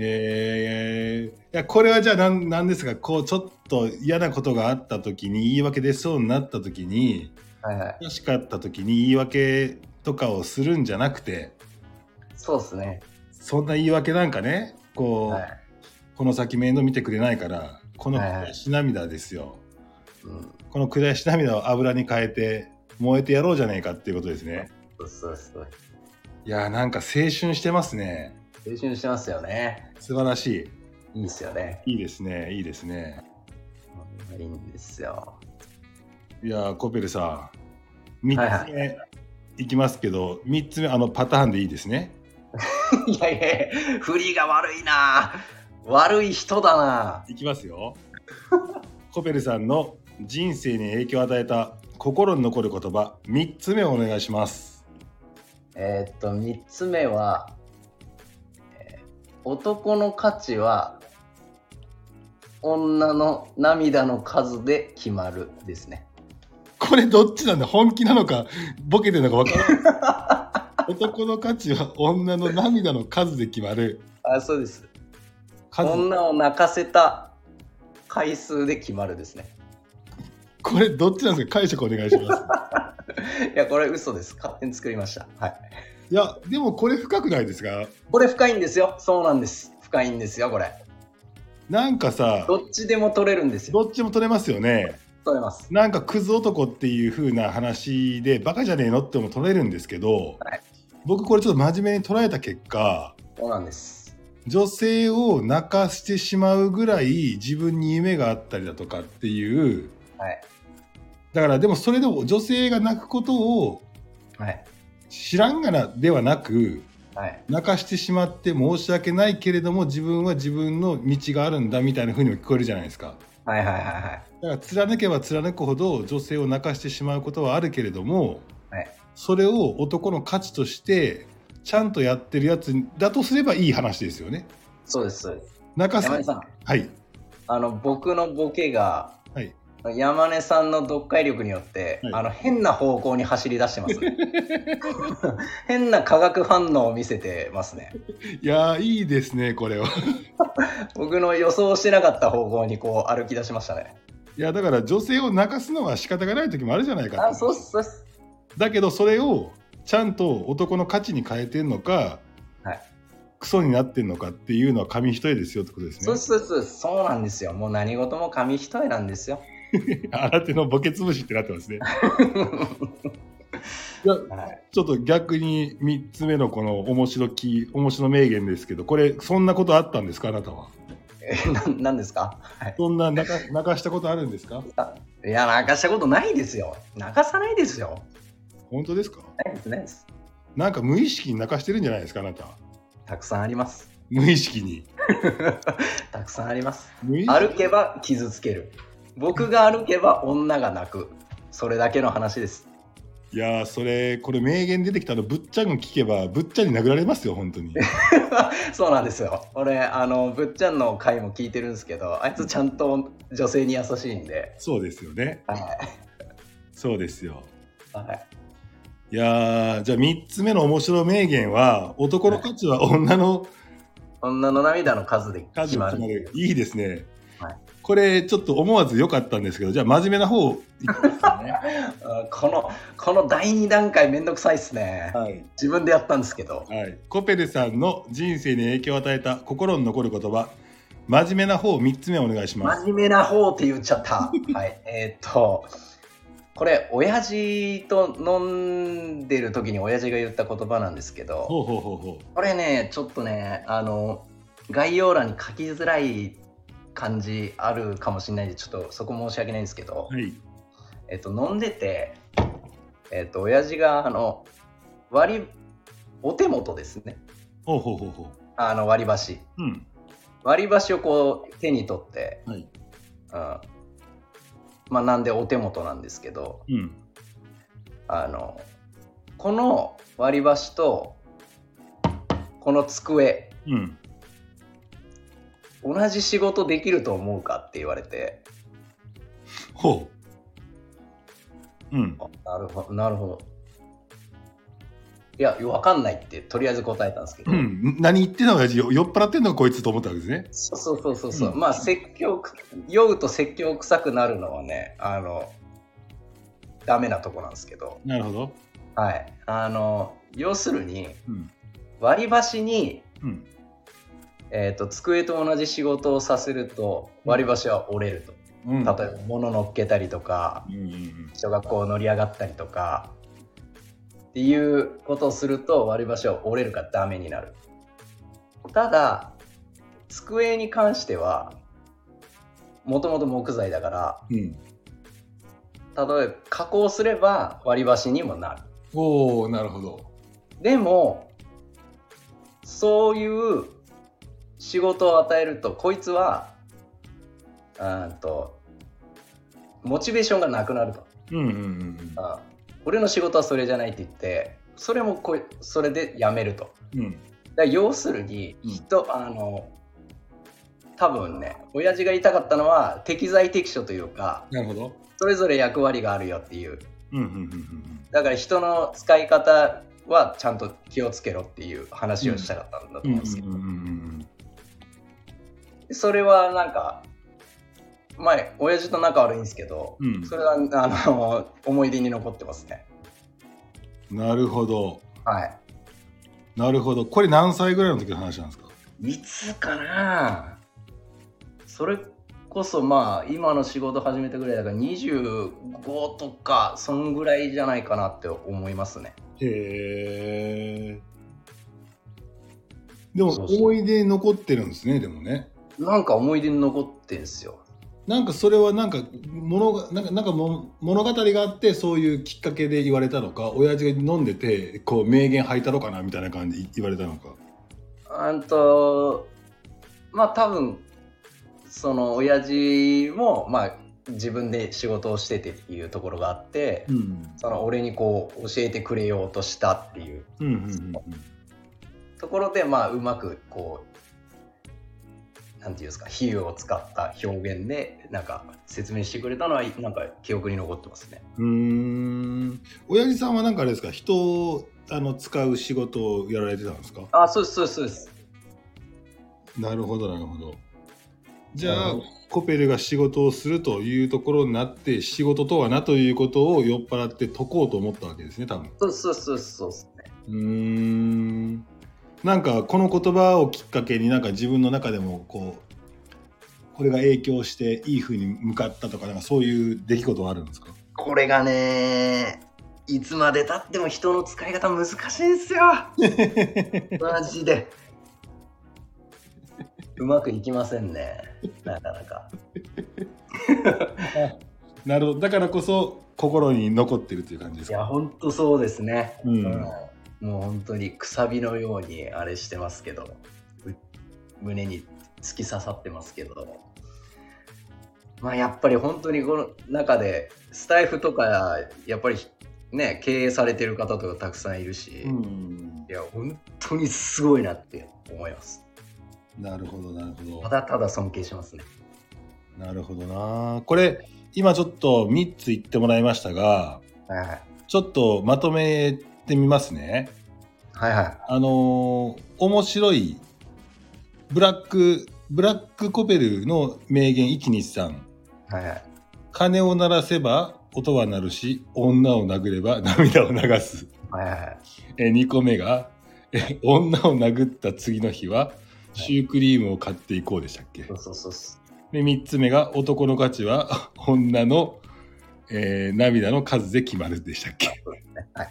Speaker 1: えー、いやこれはじゃあ何なんですかこうちょっと嫌なことがあった時に言い訳出そうになった時に
Speaker 2: んはいはい
Speaker 1: 悔しかった時に言い訳とかをするんじゃなくて
Speaker 2: そうですね
Speaker 1: そんな言い訳なんかね、こう、
Speaker 2: はい
Speaker 1: この先面倒見てくれないからこの
Speaker 2: はいはい
Speaker 1: 悔し涙ですよ、
Speaker 2: うん、
Speaker 1: この悔し涙を油に変えて燃えてやろうじゃねえかっていうことですね
Speaker 2: そうそうそう
Speaker 1: いやーなんか青春してますね
Speaker 2: 青春してますよね
Speaker 1: 素晴らし
Speaker 2: いいですよね
Speaker 1: いいいですねいいですね
Speaker 2: いいんですよ <laughs>
Speaker 1: いやーコペルさん3
Speaker 2: はい
Speaker 1: つ目、いきますけど3つ目あのパターンでいいですね
Speaker 2: いやいや振りが悪いな悪い人だない
Speaker 1: きます
Speaker 2: <laughs>
Speaker 1: よコペルさんの人生に影響を与えた心に残る言葉3つ目お願いします
Speaker 2: えーっと3つ目は、えー男の価値は女の涙の数で決まる」ですね。
Speaker 1: これどっちなんだ本気なのかボケてるのか分からない <laughs> 男の価値は女の涙の数で決まる
Speaker 2: あそうです
Speaker 1: 数
Speaker 2: 女を泣かせた回数で決まるですね。 <laughs>
Speaker 1: これどっちなんですか解釈お願いします
Speaker 2: いやこれ嘘です勝手に作りました。はい、
Speaker 1: いやでもこれ深くないですか
Speaker 2: これ深いんですよそうなんです深いんですよこれ。
Speaker 1: なんかさ
Speaker 2: どっちでも取れるんですよ
Speaker 1: どっちも取れますよね
Speaker 2: 取れます。
Speaker 1: なんかクズ男っていう風な話でバカじゃねえのっても取れるんですけど、
Speaker 2: はい
Speaker 1: 僕これちょっと真面目に捉えた結果
Speaker 2: そうなんです。
Speaker 1: 女性を泣かしてしまうぐらい自分に夢があったりだとかっていう
Speaker 2: はい
Speaker 1: だからでもそれでも女性が泣くことを
Speaker 2: はい
Speaker 1: 知らんがなではなく
Speaker 2: はい
Speaker 1: 泣かしてしまって申し訳ないけれども自分は自分の道があるんだみたいな風にも聞こえるじゃないですか。
Speaker 2: はいはいはいはい。
Speaker 1: だから貫けば貫くほど女性を泣かしてしまうことはあるけれども、
Speaker 2: はい
Speaker 1: それを男の価値としてちゃんとやってるやつだとすればいい話ですよね。
Speaker 2: そうですそうです。
Speaker 1: 泣かせ
Speaker 2: 山根さん
Speaker 1: はい
Speaker 2: あの僕のボケが、
Speaker 1: はい
Speaker 2: 山根さんの読解力によって、
Speaker 1: はい
Speaker 2: あの変な方向に走り出して
Speaker 1: <laughs>
Speaker 2: ますね <laughs> 変な化学反応を見せてますね
Speaker 1: いやーいいですねこれは。
Speaker 2: 僕の予想してなかった方向にこう歩き出しましたね
Speaker 1: いやだから女性を泣かすのは仕方がない時もあるじゃないか
Speaker 2: あ
Speaker 1: と
Speaker 2: そうっすそうっす
Speaker 1: だけどそれをちゃんと男の価値に変えてんのか、
Speaker 2: はい
Speaker 1: クソになってんのかっていうのは紙一重ですよってことです
Speaker 2: そうっ
Speaker 1: ね。
Speaker 2: すそうっすそうなんですよもう何事も紙一重なんですよ
Speaker 1: 新手のボケ潰しってなってますね。
Speaker 2: はい
Speaker 1: やちょっと逆に3つ目のこの面白き面白名言ですけどこれそんなことあったんですかあなたは
Speaker 2: <laughs> えななんですか
Speaker 1: そんな泣
Speaker 2: <laughs>
Speaker 1: か泣かしたことあるんですか
Speaker 2: いや泣かしたことないですよ泣かさないですよ
Speaker 1: 本当ですか
Speaker 2: ないですないです
Speaker 1: なんか無意識に泣かしてるんじゃないですかあなた
Speaker 2: たくさんあります
Speaker 1: 無意識に
Speaker 2: たくさんあります
Speaker 1: 無意識
Speaker 2: 歩けば傷つける僕が歩けば女が泣くそれだけの話です <laughs>
Speaker 1: いやーそれこれ名言出てきたのぶっちゃん聞けばぶっちゃんに殴られますよ本 <laughs> 当に
Speaker 2: そうなんですよ俺あのぶっちゃんの回も聞いてるんですけどあいつちゃんと女性に優しいんで
Speaker 1: そうですよね
Speaker 2: はい
Speaker 1: そうですよ
Speaker 2: はい
Speaker 1: いやーじゃあ3つ目の面白名言は男の価値は女の
Speaker 2: 女の涙の数で
Speaker 1: 数
Speaker 2: 決
Speaker 1: に
Speaker 2: ま
Speaker 1: 決ま
Speaker 2: る
Speaker 1: るいいですね、
Speaker 2: はい
Speaker 1: これちょっと思わず良かったんですけどじゃあ真面目な方いき <laughs> ますね、
Speaker 2: あこのこの第2段階めんどくさいっすね
Speaker 1: はい
Speaker 2: 自分でやったんですけど
Speaker 1: はい、コペルさんの人生に影響を与えた心に残る言葉真面目な方3つ目お願いします
Speaker 2: 真面目な方って言っちゃった。はい、えーっと、これ、親父と飲んでる時に親父が言った言葉なんですけど、
Speaker 1: ほうほうほうほ
Speaker 2: これね、ちょっとね、あの、概要欄に書きづらい感じあるかもしれないんで、ちょっとそこ申し訳ないんですけど
Speaker 1: う、はい
Speaker 2: えーっと、飲んでて、えーっと、親父が、あの、割り、お手元ですね、
Speaker 1: ほうほうほうほ
Speaker 2: あの割り箸。
Speaker 1: ううん
Speaker 2: 割り箸をこう手に取って、
Speaker 1: はい
Speaker 2: うん、まあなんでお手元なんですけど
Speaker 1: うん
Speaker 2: あのこの割り箸とこの机
Speaker 1: うん
Speaker 2: 同じ仕事できると思うかって言われて
Speaker 1: ほううん
Speaker 2: あなるほどなるほどいや分かんないってとりあえず答えたんですけど、
Speaker 1: うん、何言ってんの親父よ酔っ払ってんのこいつと思ったわけですね。
Speaker 2: そうそうそうそうそう、
Speaker 1: うん
Speaker 2: まあ説教酔うと説教臭くなるのはねあのダメなとこなんですけど
Speaker 1: なるほど。
Speaker 2: はい、あの要するに
Speaker 1: うん。
Speaker 2: 割り箸に
Speaker 1: うん。
Speaker 2: えー、と机と同じ仕事をさせると割り箸は折れると、
Speaker 1: うん
Speaker 2: 例えば物乗っけたりとか
Speaker 1: うんうんうん
Speaker 2: 小学校乗り上がったりとかっていうことをすると割り箸は折れるからダメになるただ机に関してはもともと木材だから
Speaker 1: うん
Speaker 2: 例えば加工すれば割り箸にもなる
Speaker 1: おおなるほど
Speaker 2: でもそういう仕事を与えるとこいつはうーんとモチベーションがなくなると、
Speaker 1: うんうんうん
Speaker 2: うん俺の仕事はそれじゃないって言ってそれもこいそれでやめると
Speaker 1: うんうん
Speaker 2: だから要するに
Speaker 1: うん
Speaker 2: 人、あの多分ね親父が言いたかったのは適材適所というか
Speaker 1: なるほど
Speaker 2: それぞれ役割があるよっていう
Speaker 1: うんうんうんうん
Speaker 2: だから人の使い方はちゃんと気をつけろっていう話をしたかったんだと
Speaker 1: うんう
Speaker 2: 思うん
Speaker 1: ん
Speaker 2: ですけど、
Speaker 1: うんうん
Speaker 2: それはなんか前親父と仲悪いんですけど、
Speaker 1: うん
Speaker 2: それはあの思い出に残ってますね
Speaker 1: うんなるほど
Speaker 2: は
Speaker 1: なるほどこれ何歳ぐらいの時の話なんですか
Speaker 2: いいつかなそれこそまあ今の仕事始めたぐらいだから25とかそんぐらいじゃないかなって思いますね
Speaker 1: へえでも
Speaker 2: そうそう
Speaker 1: 思い出に残ってるんですねでもね
Speaker 2: なんか思い出に残ってんすよ
Speaker 1: なんかそれはなんか物がなんかなんかも物語があってそういうきっかけで言われたのか親父が飲んでてこう名言吐いたのかなみたいな感じで言われたのか
Speaker 2: あんとまあ多分その親父もまあ自分で仕事をしててっていうところがあって、
Speaker 1: ん
Speaker 2: その俺にこう教えてくれようとしたっていう
Speaker 1: うんうんうん
Speaker 2: ところでまあうまくこうなんていうんですか比喩を使った表現でなんか説明してくれたのはなんか記憶に残ってますね。
Speaker 1: うんうーん親父さんはなんかあれですか人をあの使う仕事をやられてたんですか
Speaker 2: あそうですそうですそうです。
Speaker 1: なるほどなるほどじゃ
Speaker 2: な
Speaker 1: あ
Speaker 2: るほ
Speaker 1: コペルが仕事をするというところになって仕事とはなということを酔っ払って解こうと思ったわけですね多分
Speaker 2: そうですそうですそうですそうですね。
Speaker 1: うーんなんかこの言葉をきっかけになんか自分の中でもこうこれが影響していい風に向かったとかなんかそういう出来事はあるんですか
Speaker 2: これがねいつまでたっても人の使い方難しいん <laughs> ですよマジでうまくいきませんねなかなか
Speaker 1: なるほどだからこそ心に残ってるっていう感じで
Speaker 2: い
Speaker 1: す
Speaker 2: や
Speaker 1: か
Speaker 2: ほんとそうですね
Speaker 1: うん
Speaker 2: うんもう本当にくさびのようにあれしてますけどう胸に突き刺さってますけどまあやっぱり本当にこの中でスタイフとかやっぱりね経営されてる方とかたくさんいるし、
Speaker 1: うん
Speaker 2: いや本当にすごいなって思います
Speaker 1: なるほどなるほど
Speaker 2: ただただ尊敬しますね
Speaker 1: なるほどなこれ今ちょっと3つ言ってもらいましたが
Speaker 2: はい
Speaker 1: ちょっとまとめてみますね
Speaker 2: はいは
Speaker 1: あのー面白いブラックブラックコペルの名言123
Speaker 2: いはいはい
Speaker 1: 鐘を鳴らせば音は鳴るし女を殴れば涙を流す
Speaker 2: はいはい
Speaker 1: えー2個目がえ女を殴った次の日はシュークリームを買っていこうでしたっけ
Speaker 2: そうそうそうそう
Speaker 1: で3つ目が男の価値は女の、えー涙の数で決まるでしたっ <laughs> け
Speaker 2: はい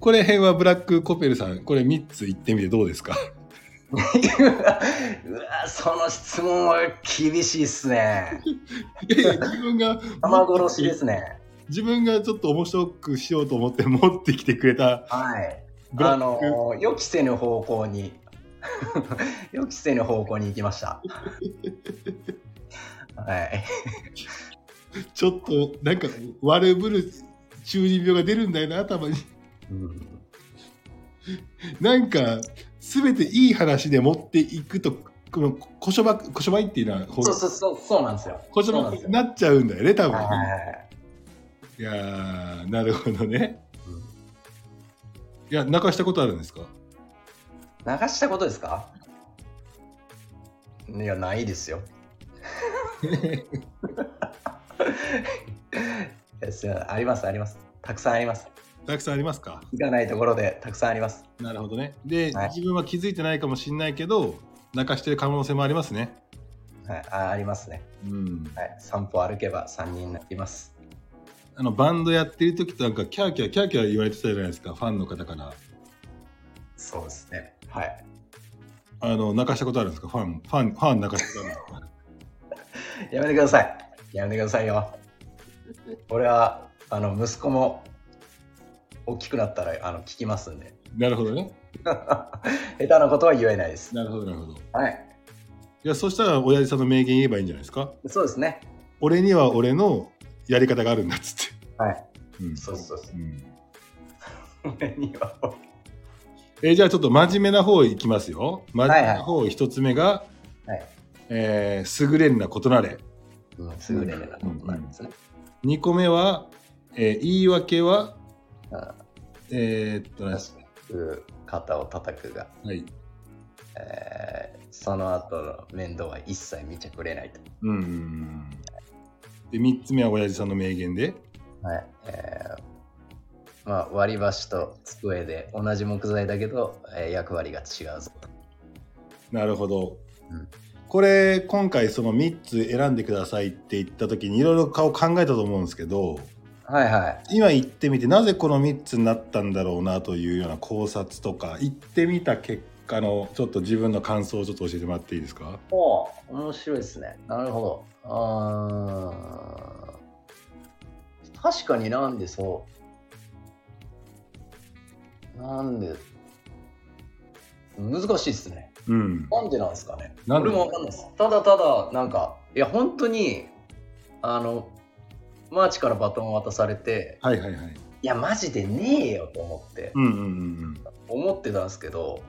Speaker 1: これ辺はブラックコペルさんこれ3つ言ってみてどうですか
Speaker 2: うわうわその質問は厳しいっす <laughs> ね
Speaker 1: いやいや自分が
Speaker 2: 玉殺しですね
Speaker 1: 自分がちょっと面白くしようと思って持ってきてくれた
Speaker 2: はい。
Speaker 1: ブ
Speaker 2: あ
Speaker 1: ラッ
Speaker 2: の
Speaker 1: ク、
Speaker 2: ー予期せぬ方向に <laughs> 予期せぬ方向に行きました。 <laughs> はい。
Speaker 1: ちょっとなんか悪ぶる中二病が出るんだよな頭に <laughs>
Speaker 2: うん
Speaker 1: なんか全ていい話で持っていくとこのこしょばこしょばいっていうのはほ
Speaker 2: そうそうそうそうなんですよ。
Speaker 1: こしょ
Speaker 2: そうな
Speaker 1: ば
Speaker 2: ん
Speaker 1: い
Speaker 2: です
Speaker 1: に
Speaker 2: よ。
Speaker 1: なっちゃうんだよね多分
Speaker 2: は
Speaker 1: ね
Speaker 2: いはいはい
Speaker 1: いやーなるほどねいや泣かしたことあるんですか <laughs>
Speaker 2: うん流したことですか？いやないですよ。いやすいませんありますあります。たくさんあります。
Speaker 1: たくさんありますか
Speaker 2: 行かないところでたくさんあります。
Speaker 1: なるほどねで、
Speaker 2: はい
Speaker 1: 自分は気づいてないかもしれないけどなんかしてる可能性もありますね。
Speaker 2: はい、あありますね。
Speaker 1: うん、
Speaker 2: はい、散歩歩けば3人になっています。
Speaker 1: あのバンドやってる時となんかキャーキャーキャーキャー言われてたじゃないですかファンの方から
Speaker 2: そうですね。はい。
Speaker 1: あの泣かしたことあるんですかファンファンファン泣かしたことあるんですか
Speaker 2: やめてください。やめてくださいよ。俺は、あの、息子も大きくなったら、あの、聞きますんで。
Speaker 1: なるほどね
Speaker 2: 下手なことは言えないです。
Speaker 1: なるほどなるほどい
Speaker 2: はい。
Speaker 1: やそしたら親父さんの名言言えばいいんじゃないですか
Speaker 2: そうですね。
Speaker 1: 俺には俺のやり方があるんだっつっ
Speaker 2: はい。
Speaker 1: て、うん
Speaker 2: そうそうそう。
Speaker 1: うん
Speaker 2: 俺には
Speaker 1: えーじゃあちょっと真面目な方いきますよ真面目な方一つ目が、
Speaker 2: はい
Speaker 1: えー優れんなことなれ
Speaker 2: うん優れるなことなんですね。
Speaker 1: 2個目は、えー言い訳は
Speaker 2: あ
Speaker 1: えーっとね
Speaker 2: 確かにうん肩を叩くが、
Speaker 1: はい
Speaker 2: えーその後の面倒は一切見てくれないと。
Speaker 1: うんうんうんで3つ目は親父さんの名言で
Speaker 2: はい。えーまあ、割り箸と机で同じ木材だけど、えー役割が違うぞと。
Speaker 1: なるほど、
Speaker 2: うん
Speaker 1: これ今回その3つ選んでくださいって言った時にいろいろ顔考えたと思うんですけど
Speaker 2: はいはい。
Speaker 1: 今言ってみてなぜこの3つになったんだろうなというような考察とか言ってみた結果のちょっと自分の感想をちょっと教えてもらっていいですか
Speaker 2: おー面白いですね。なるほど。あー確かになんでそう。なんで。難しいですね。
Speaker 1: うん
Speaker 2: なんでなんですかね。
Speaker 1: なんで
Speaker 2: 俺もわかんないです。ただただ、なんか、いや、本当に、あの、マーチからバトンを渡されて、
Speaker 1: はいはいはい
Speaker 2: いや、マジでねえよと思って、
Speaker 1: うんうんうん
Speaker 2: 思ってたんですけど、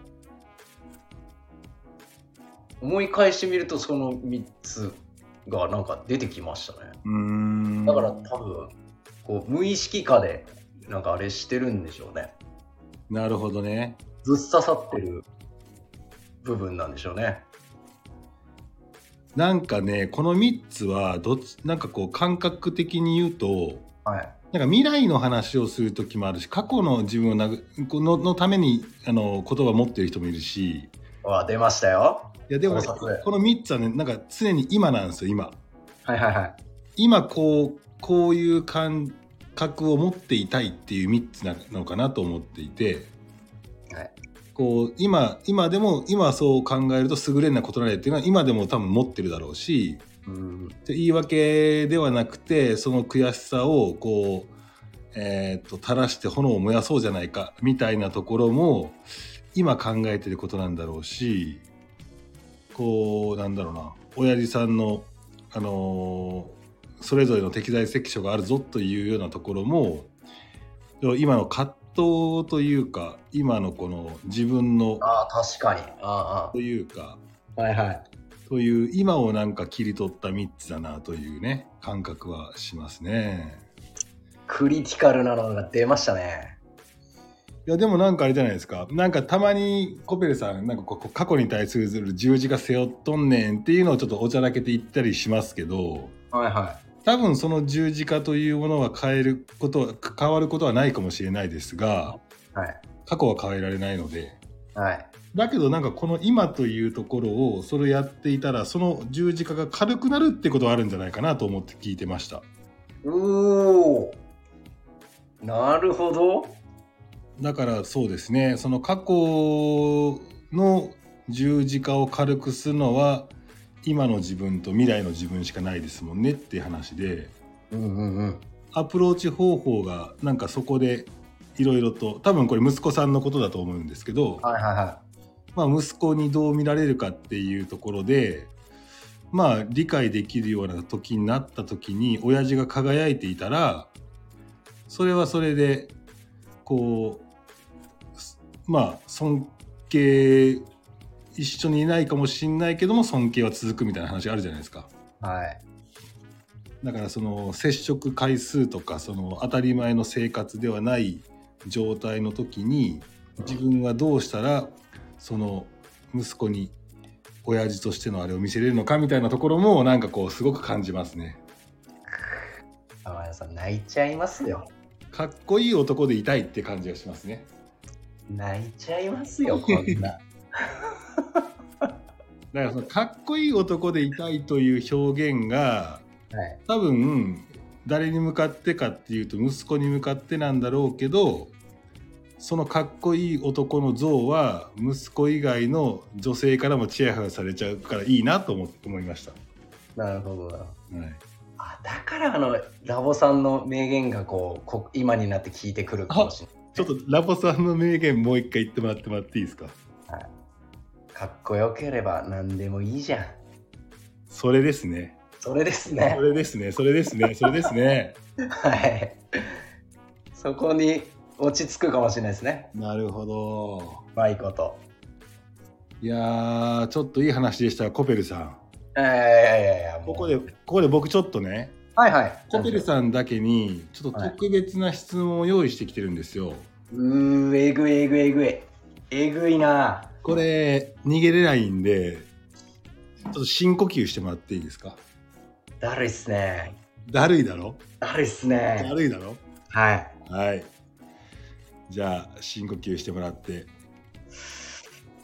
Speaker 2: 思い返してみると、その3つがなんか出てきましたね。
Speaker 1: うんうーん
Speaker 2: だから多分、こう、無意識化で、なんかあれしてるんでしょうね。
Speaker 1: なるほどね
Speaker 2: ぶっ刺さってる部分なんでしょうね。
Speaker 1: なんかねこの3つはどっちなんかこう感覚的に言うと
Speaker 2: はい。
Speaker 1: なんか未来の話をする時もあるし過去の自分をなぐこののためにあの言葉を持ってる人もいるし
Speaker 2: うわ、出ましたよ。
Speaker 1: いやでも
Speaker 2: 考察
Speaker 1: この3つはねなんか常に今なんですよ今
Speaker 2: はいはいはい。
Speaker 1: 今こうこういう感覚を持っていたいっていう3つなのかなと思っていて、
Speaker 2: はい
Speaker 1: こう今今でも今そう考えると優れんなことなれっていうのは今でも多分持ってるだろうし
Speaker 2: うん
Speaker 1: で言い訳ではなくてその悔しさをこう、えーっと垂らして炎を燃やそうじゃないかみたいなところも今考えてることなんだろうしこうなんだろうな親父さんの、あのーそれぞれの適材適所があるぞというようなところも今の葛藤というか今のこの自分の
Speaker 2: ああ、確かに。ああ
Speaker 1: というか
Speaker 2: ああ、はいはい。
Speaker 1: という今をなんか切り取った3つだなというね感覚はしますね
Speaker 2: クリティカルなのが出ましたね。
Speaker 1: いやでもなんかあれじゃないですかなんかたまにコペルさんなんかこう過去に対する十字が背負っとんねんっていうのをちょっとおちゃらけて言ったりしますけど
Speaker 2: はいは
Speaker 1: 多分その十字架というものは変えることは変わることはないかもしれないですが
Speaker 2: い。はい。
Speaker 1: 過去は変えられないので
Speaker 2: はい。
Speaker 1: だけどなんかこの今というところをそれやっていたらその十字架が軽くなるってことはあるんじゃないかなと思って聞いてました
Speaker 2: おお。なるほど。
Speaker 1: だからそうですねその過去の十字架を軽くするのは今の自分と未来の自分しかないですもんねっていう話で
Speaker 2: うんうんうん。
Speaker 1: アプローチ方法がなんかそこでいろいろと多分これ息子さんのことだと思うんですけど、
Speaker 2: はいはいは
Speaker 1: まあ、息子にどう見られるかっていうところでまあ理解できるような時になった時に親父が輝いていたらそれはそれでこうすまあ尊敬一緒にいないかもしんないけども尊敬は続くみたいな話あるじゃないですか。
Speaker 2: い。はい。
Speaker 1: だからその接触回数とかその当たり前の生活ではない状態の時に自分がどうしたらその息子に親父としてのあれを見せれるのかみたいなところもなんかこうすごく感じますね。
Speaker 2: 天谷さん、泣いちゃいますよ。
Speaker 1: かっこいい男でいたいって感じがしますね。
Speaker 2: <laughs> 泣いちゃいますよ、こんな。
Speaker 1: だからそのかっこいい男でいたいという表現が
Speaker 2: はい、
Speaker 1: 多分誰に向かってかっていうと息子に向かってなんだろうけどそのかっこいい男の像は息子以外の女性からもチヤハヤされちゃうからいいなと思思いました。
Speaker 2: なるほどな
Speaker 1: はい
Speaker 2: あだからあのラボさんの名言がこうこ今になって聞いてくるかもしれ
Speaker 1: ちょっとラボさんの名言もう一回言ってもらってもらっていいですか
Speaker 2: ないかっこよければ何でもいいじゃん
Speaker 1: それですね。
Speaker 2: それですね
Speaker 1: それですね。それですね。それですね。
Speaker 2: はいそこに落ち着くかもしれないですね
Speaker 1: <laughs> なるほど。
Speaker 2: うまいこと
Speaker 1: いやー、ちょっといい話でした、コペルさん。
Speaker 2: いやいやいやいやもう
Speaker 1: ここで、ここで僕ちょっとね、
Speaker 2: はいはい
Speaker 1: コペルさんだけに、ちょっと特別な質問を用意してきてるんですよ。
Speaker 2: うーえぐいえぐいえぐいえぐいな
Speaker 1: これ、逃げれないんで、ちょっと深呼吸してもらっていいですか
Speaker 2: だるいっすね
Speaker 1: だるいだろ
Speaker 2: だるいっすね
Speaker 1: だるいだろ
Speaker 2: はい
Speaker 1: はい。じゃあ、深呼吸してもらって。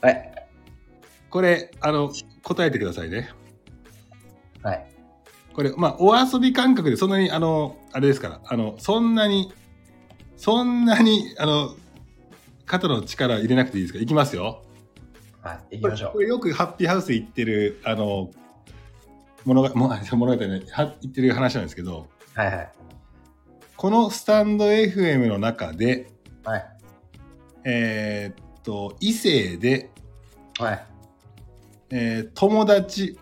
Speaker 2: はい
Speaker 1: これ、あの、答えてくださいね。
Speaker 2: はい
Speaker 1: これ、まあ、お遊び感覚で、そんなに、あの、あれですから、あの、そんなに、そんなに、あの、肩の力入れなくていいですから、いきますよ。
Speaker 2: はい行きましょ
Speaker 1: これよくハッピーハウス行ってる、あの、物語、もう <laughs> 物語ね、は行ってる話なんですけど、
Speaker 2: うはいはい
Speaker 1: このスタンド FM の中で、
Speaker 2: はい
Speaker 1: えーっと、異性で、
Speaker 2: はい
Speaker 1: えー友達、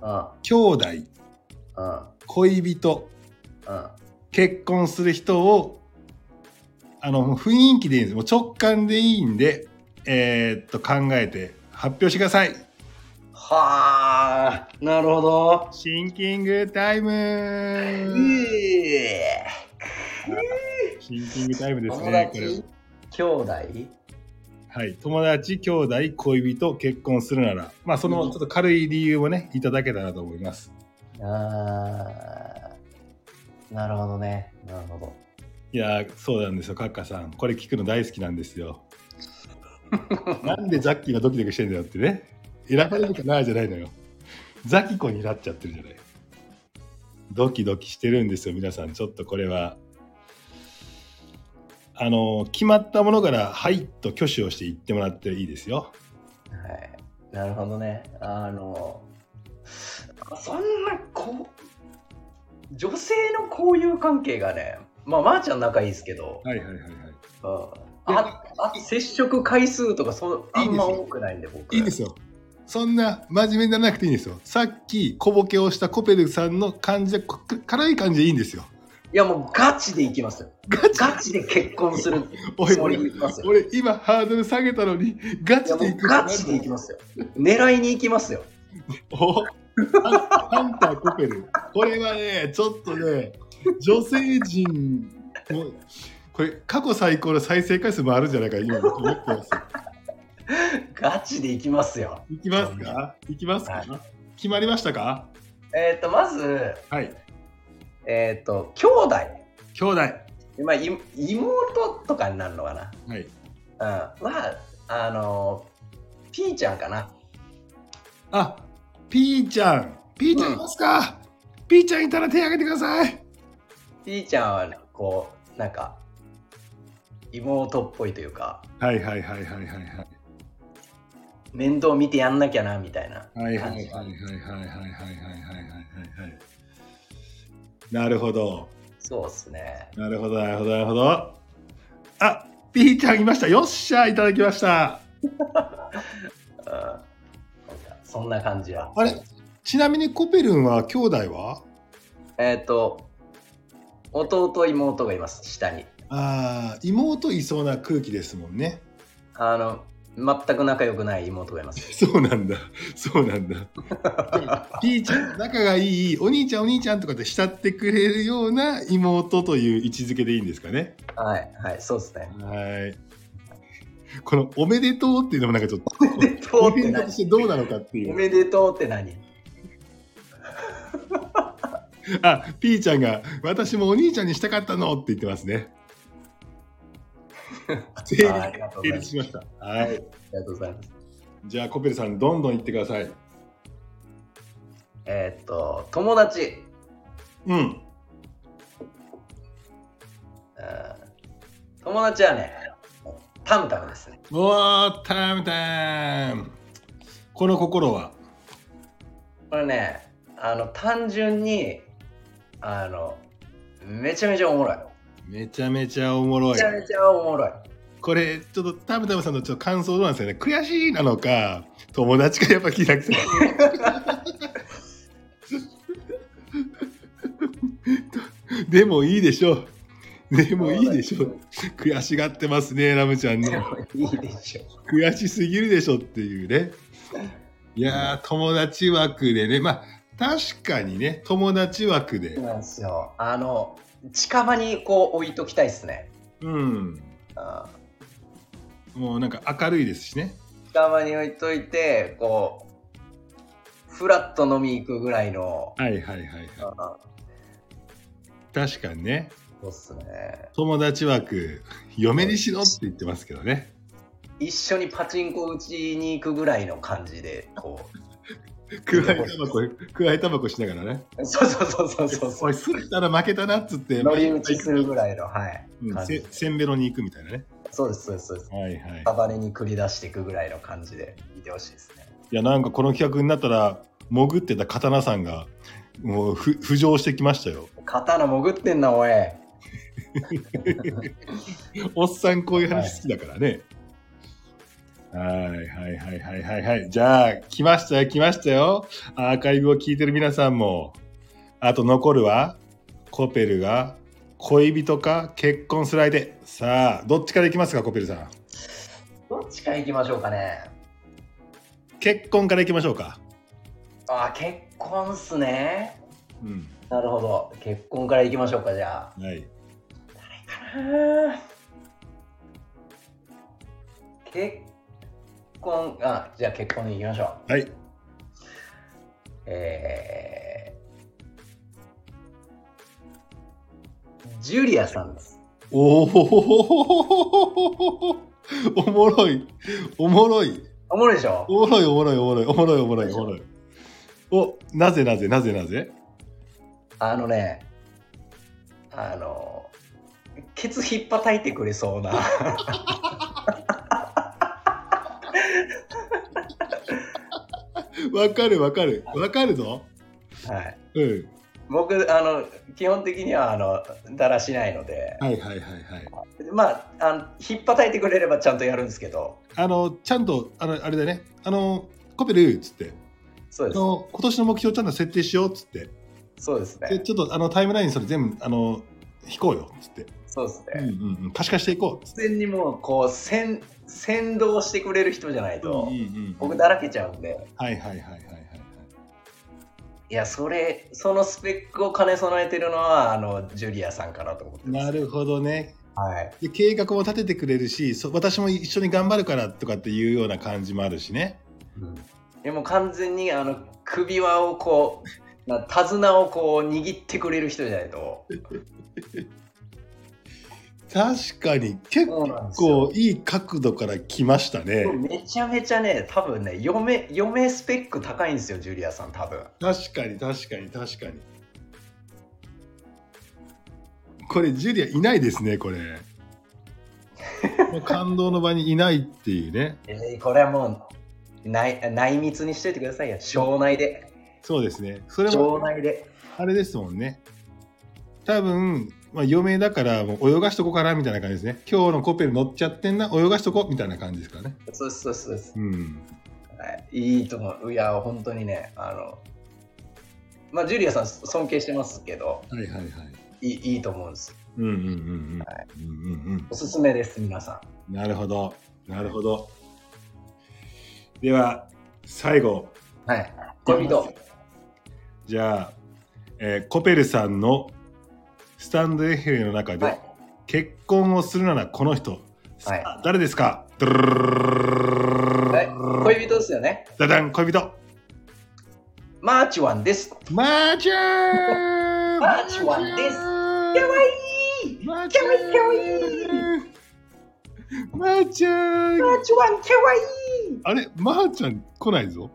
Speaker 2: うん
Speaker 1: 兄弟、
Speaker 2: うん
Speaker 1: 恋人、
Speaker 2: うん
Speaker 1: 結婚する人をあのもう雰囲気でいいんですもう直感でいいんで、えーっと考えて発表してください
Speaker 2: はあなるほど
Speaker 1: シンキングタイ
Speaker 2: う
Speaker 1: ム
Speaker 2: え
Speaker 1: シンキングタイムです
Speaker 2: 友
Speaker 1: ねこれ
Speaker 2: 達兄弟
Speaker 1: はい友達兄弟恋人結婚するならまあそのちょっと軽い理由をねいただけたらと思います
Speaker 2: あーなるほどねなるほど
Speaker 1: いやーそうなんですよカッカさんこれ聞くの大好きなんです <laughs> よなんでザッキーがドキドキしてんだよってね選ばれるかなじゃないのよザキコになっちゃってるじゃないドキドキしてるんですよ皆さんちょっとこれはあのー決まったものから「はい」と挙手をして言ってもらっていいですよ
Speaker 2: はい、なるほどね。あの、そんなこう、女性の交友関係がね、まあ、まー、ちゃん仲いいですけど、
Speaker 1: はいはいはいはい
Speaker 2: うんああ接触回数とかそあんま
Speaker 1: いいですよ
Speaker 2: 多くないんで、僕。
Speaker 1: いいんですよそんな真面目にならなくていいんですよさっき小ボケをしたコペルさんの感じでこ辛い感じでいいん
Speaker 2: <laughs>
Speaker 1: ですよ
Speaker 2: いや、もうガチでいきますよ。
Speaker 1: ガチ
Speaker 2: ガチで結婚する
Speaker 1: おい
Speaker 2: つもりでいきますよ。
Speaker 1: 俺今ハードル下げたのにガ
Speaker 2: い
Speaker 1: チ
Speaker 2: やも
Speaker 1: でいうく
Speaker 2: ガチでいきますよ。狙いに行きますよ。
Speaker 1: おハンハンターコペルこれはねちょっとね女性陣もこれ過去最高の再生回数もあるんじゃないか今僕思ってます
Speaker 2: ガチでいきますよ。
Speaker 1: いきますかいきますか、
Speaker 2: はい
Speaker 1: 決まりましたか
Speaker 2: えっ、と、まず、
Speaker 1: はい
Speaker 2: えっ、と、兄弟。
Speaker 1: 兄弟
Speaker 2: まあ、い妹とかになるのかな。
Speaker 1: はい
Speaker 2: うんまああのピーちゃんかな
Speaker 1: あピーちゃんピーちゃんいますか、ピーちゃんいたら手挙げてください
Speaker 2: ピーちゃんはねこうなんか妹っぽいというか
Speaker 1: はいはいはいはいはいはい
Speaker 2: 面倒見てやんなきゃなみたいな
Speaker 1: はいはい
Speaker 2: 感
Speaker 1: は
Speaker 2: じ
Speaker 1: い
Speaker 2: が
Speaker 1: はいはいはいはいはいはいはいはい。なるほど。
Speaker 2: そうっすね
Speaker 1: なるほど、なるほど、なるほど。あ、ピーちゃんいました。よっしゃ、いただきました。
Speaker 2: うんなんかそんな感じは
Speaker 1: あれちなみにコペルンは兄弟は
Speaker 2: えっ、と弟妹がいます下に
Speaker 1: ああ、妹いそうな空気ですもんね。
Speaker 2: あの全く仲良くない妹がいます
Speaker 1: <laughs> そうなんだ。そうなんだ。 <laughs> ピーちゃん、仲がいい、お兄ちゃん、お兄ちゃんとかって慕ってくれるような妹という位置づけでいいんですかね。
Speaker 2: はいはいそうっす <laughs> ね
Speaker 1: はい。このおめでとうっていうのもなんかちょっと、お
Speaker 2: めでとうって
Speaker 1: イベン
Speaker 2: 何
Speaker 1: トとしてどうなのかってい
Speaker 2: お
Speaker 1: う。
Speaker 2: めでとうって何
Speaker 1: あ、ピーちゃんが、私もお兄ちゃんにしたかったのって言ってますね。成立
Speaker 2: あありがとうご
Speaker 1: 成
Speaker 2: ざいま
Speaker 1: 立
Speaker 2: す
Speaker 1: しました。はい。
Speaker 2: ありがとうございます
Speaker 1: じゃあコペルさんどんどん言ってください
Speaker 2: えーっと、友達、
Speaker 1: うん
Speaker 2: うん友達はね、タムタムですね。
Speaker 1: うわータイムタイムこの心は
Speaker 2: これね、あの、単純に、あの、めちゃめちゃおもろい。
Speaker 1: めちゃめちゃおもろ
Speaker 2: め
Speaker 1: い
Speaker 2: ちゃめちゃおもろい。
Speaker 1: これちょっとタムタムさんのちょっと感想どうなんですよね悔しいなのか友達がやっぱ聞いたくて <laughs> でもいいでしょうでもいいでしょう悔しがってますねラムちゃん
Speaker 2: で
Speaker 1: の
Speaker 2: もいいでしょ。
Speaker 1: 悔しすぎるでしょっていうねいやー友達枠でねまあ確かにね友達枠で
Speaker 2: そうなんですよ。あの、近場にこう置いときたいですね。
Speaker 1: うん
Speaker 2: うん
Speaker 1: もうなんか明るいですしね
Speaker 2: 近場に置いといて、こう、フラッと飲み行くぐらいの、
Speaker 1: はいはいはいはい
Speaker 2: うん
Speaker 1: 確かにね
Speaker 2: そうっすね。
Speaker 1: 友達枠嫁にしろって言ってますけどね
Speaker 2: 一緒にパチンコ打ちに行くぐらいの感じで、こ
Speaker 1: くわえタバコくわえタバコしながらね <laughs>
Speaker 2: う。そうそうそうそうそうそう
Speaker 1: お。いすったら負けたなっつって
Speaker 2: 乗り打ちするぐらいの、はい。
Speaker 1: うん
Speaker 2: 感
Speaker 1: せ
Speaker 2: じ
Speaker 1: せんべろに行くみたいなね
Speaker 2: そうです、そうですそうです。
Speaker 1: はいはい
Speaker 2: 暴れに繰り出していくぐらいの感じで見てほしいですね。
Speaker 1: いやなんかこの企画になったら潜ってた刀さんがもうふ浮上してきましたよ
Speaker 2: 刀潜ってんな、おい。
Speaker 1: おっさんこういう話好きだからね、はい、はいはいはいはいはいじゃあ来ましたよ来ましたよアーカイブを聞いてる皆さんもあと残るはコペルが恋人か結婚する相手さあどっちからいきますかコペルさん
Speaker 2: どっちから行きましょうかね。
Speaker 1: 結婚からいきましょうか
Speaker 2: あー、結婚っすね。
Speaker 1: うん
Speaker 2: なるほど。結婚から行きましょうか、じゃあ。
Speaker 1: はい
Speaker 2: 結婚、あ、じゃあ結婚に行きましょう。
Speaker 1: はい
Speaker 2: えー、ジュリアさんです。
Speaker 1: おおおもろいおもろい
Speaker 2: おもろいでしょ
Speaker 1: おもろいおもろいおもろいおもろいおもろいおもろいおなぜなぜなぜなぜ
Speaker 2: あのね、あの、ケツひっぱたいてくれそうな。 <laughs>
Speaker 1: わかるわかるわかるぞ
Speaker 2: はい、
Speaker 1: うん
Speaker 2: 僕、あの、基本的には、あの、だらしないので、
Speaker 1: はいはいはいはい
Speaker 2: まあ、あの、ひっぱたいてくれればちゃんとやるんですけど、
Speaker 1: あのちゃんとあのあれだねあのコペルっつって
Speaker 2: そう
Speaker 1: あ
Speaker 2: で
Speaker 1: の今年の目標ちゃんと設定しようっつって
Speaker 2: す。そうです
Speaker 1: で
Speaker 2: ね。
Speaker 1: ちょっとあのタイムラインそれ全部あの引こうよっつって、
Speaker 2: そうです
Speaker 1: うん
Speaker 2: ね。
Speaker 1: うんうん、可視化していこうっつっ
Speaker 2: 突然にもう、こう、先、先導してくれる人じゃない
Speaker 1: て、
Speaker 2: と、
Speaker 1: ん
Speaker 2: 僕、だらけちゃうんで、
Speaker 1: はいはいはいはいはいはい
Speaker 2: いや、それ、そのスペックを兼ね備えてるのは、あの、ジュリアさんかなと思ってます。
Speaker 1: なるほどね
Speaker 2: はい。
Speaker 1: で計画も立ててくれるしそ私も一緒に頑張るからとかっていうような感じもあるしね
Speaker 2: でも完全に、あの、首輪をこう、な手綱をこう、握ってくれる人じゃないと。
Speaker 1: 確かに結
Speaker 2: そうなんですよ
Speaker 1: 構いい角度から来ましたね
Speaker 2: めちゃめちゃね、多分ね、嫁、嫁スペック高いんですよ、ジュリアさん、多分。
Speaker 1: 確かに確かに確かにこれジュリアいないですね <laughs> これもう感動の場にいないっていうね
Speaker 2: えーこれはもう、内内密にしといてくださいよ。省内で。
Speaker 1: そうですねそれも
Speaker 2: 省内で。
Speaker 1: あれですもんね多分まあ、余命だからもう泳がしとこうかなみたいな感じですね今日のコペル乗っちゃってんな泳がしとこうみたいな感じですからね
Speaker 2: そうですそうですそうです。
Speaker 1: うん
Speaker 2: はい、いいと思う。いや、本当にね、あの、まあ、ジュリアさん尊敬してますけど、
Speaker 1: はいはいはい
Speaker 2: いいいいと思うんです。
Speaker 1: うんうんうんうんうんうんうん
Speaker 2: おすすめです、皆さ
Speaker 1: なるほど、なるほど。では、最後、
Speaker 2: ん。はい。恋人。
Speaker 1: じゃあ、えーコペルさんのスタンド FM の中で、
Speaker 2: はい
Speaker 1: 結婚をするならこの人、さあ誰ですかドゥルルルルルルルル
Speaker 2: はい。恋人ですよね。
Speaker 1: ダダン恋人
Speaker 2: マーチワンです。
Speaker 1: マーチャー
Speaker 2: <laughs> マーチワンですかわいい
Speaker 1: マー
Speaker 2: かわいいかわい
Speaker 1: マーチャー
Speaker 2: マーチワン、かわいい
Speaker 1: あれまー、ちゃん来ないぞ。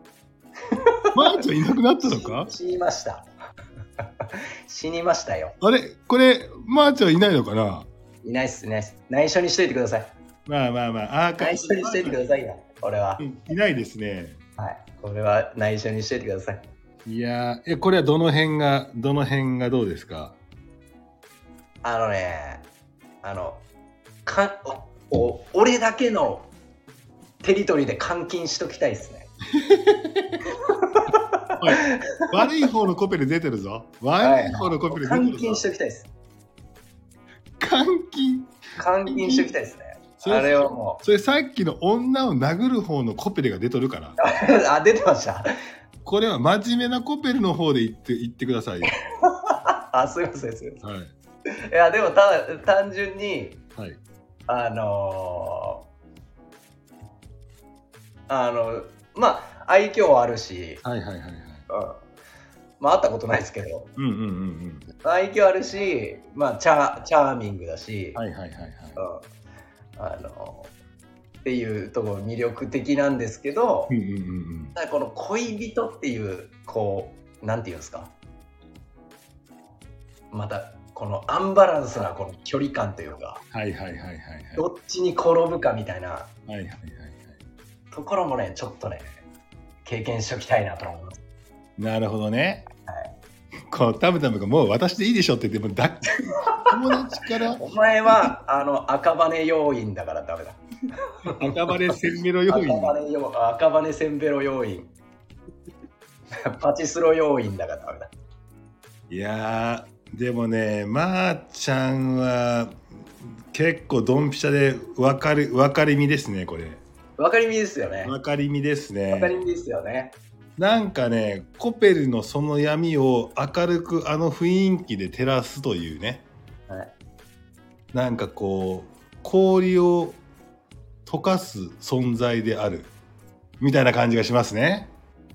Speaker 1: <laughs> まーちゃんいなくなったのか
Speaker 2: 死死にました。 <laughs> 死にましたよ。
Speaker 1: あれこれ、まー、ちゃんいないのかない
Speaker 2: ないっす、いないっす。内緒にしといてください。
Speaker 1: まあまあまあ、あーか
Speaker 2: 内緒にしといてくださいよ。これは
Speaker 1: う。んいないですね。
Speaker 2: はい。これは内緒にしといてください。
Speaker 1: いやーえ、これはどの辺が、どの辺がどうですか
Speaker 2: あのね、あの、かおお俺だけのテリトリーで監禁しときたいですね。
Speaker 1: 悪い方のコペル出てるぞ。悪い方のコペル出
Speaker 2: 監
Speaker 1: てる
Speaker 2: 禁し
Speaker 1: ぞ。
Speaker 2: ときたいです。
Speaker 1: 監禁
Speaker 2: 監禁しときたいですね。
Speaker 1: それ
Speaker 2: あれはも
Speaker 1: それさっきの女を殴る方のコペルが出とるから。
Speaker 2: う。 <laughs> あ、出てました。 <laughs>
Speaker 1: これは真面目なコペルの方で言って言ってくださいよ。
Speaker 2: あ、すいません、すいま
Speaker 1: はい。
Speaker 2: せん。いや、でもただ単純に、
Speaker 1: はい。
Speaker 2: あのーあの、まあ、愛嬌はあるし、
Speaker 1: はいはいはいはい。
Speaker 2: うんまあ、会ったことないですけど、
Speaker 1: うんうんうんうん。
Speaker 2: 愛嬌あるし、まあ、チャチャーミングだし、
Speaker 1: はいはいはいはい。
Speaker 2: うんあのっていうところ魅力的なんですけど、
Speaker 1: うんうんうんうん。
Speaker 2: ただこの恋人っていうこうなんていうんですかまたこのアンバランスなこの距離感というか
Speaker 1: はいはいはいはいはい。
Speaker 2: どっちに転ぶかみたいな
Speaker 1: はいはいはいはい。
Speaker 2: ところもねちょっとね経験しておきたいなと思います
Speaker 1: なるほどね。こうタムタムがもう私でいいでしょって言ってもうだ友達から
Speaker 2: お前
Speaker 1: <laughs>
Speaker 2: はあの赤羽要員だからダメだ
Speaker 1: 赤羽センメロ要
Speaker 2: 赤
Speaker 1: 員
Speaker 2: 羽要赤羽センベロ要員パチスロ要員だからダメだ
Speaker 1: いやーでもねまー、ちゃんは結構ドンピシャで分かる分かりみですねこれ
Speaker 2: わかりみですよね
Speaker 1: 分かりみです
Speaker 2: わかり
Speaker 1: ね
Speaker 2: みですよね
Speaker 1: なんかねコペルのその闇を明るくあの雰囲気で照らすというね、
Speaker 2: はい
Speaker 1: なんかこう氷を溶かす存在であるみたいな感じがしますね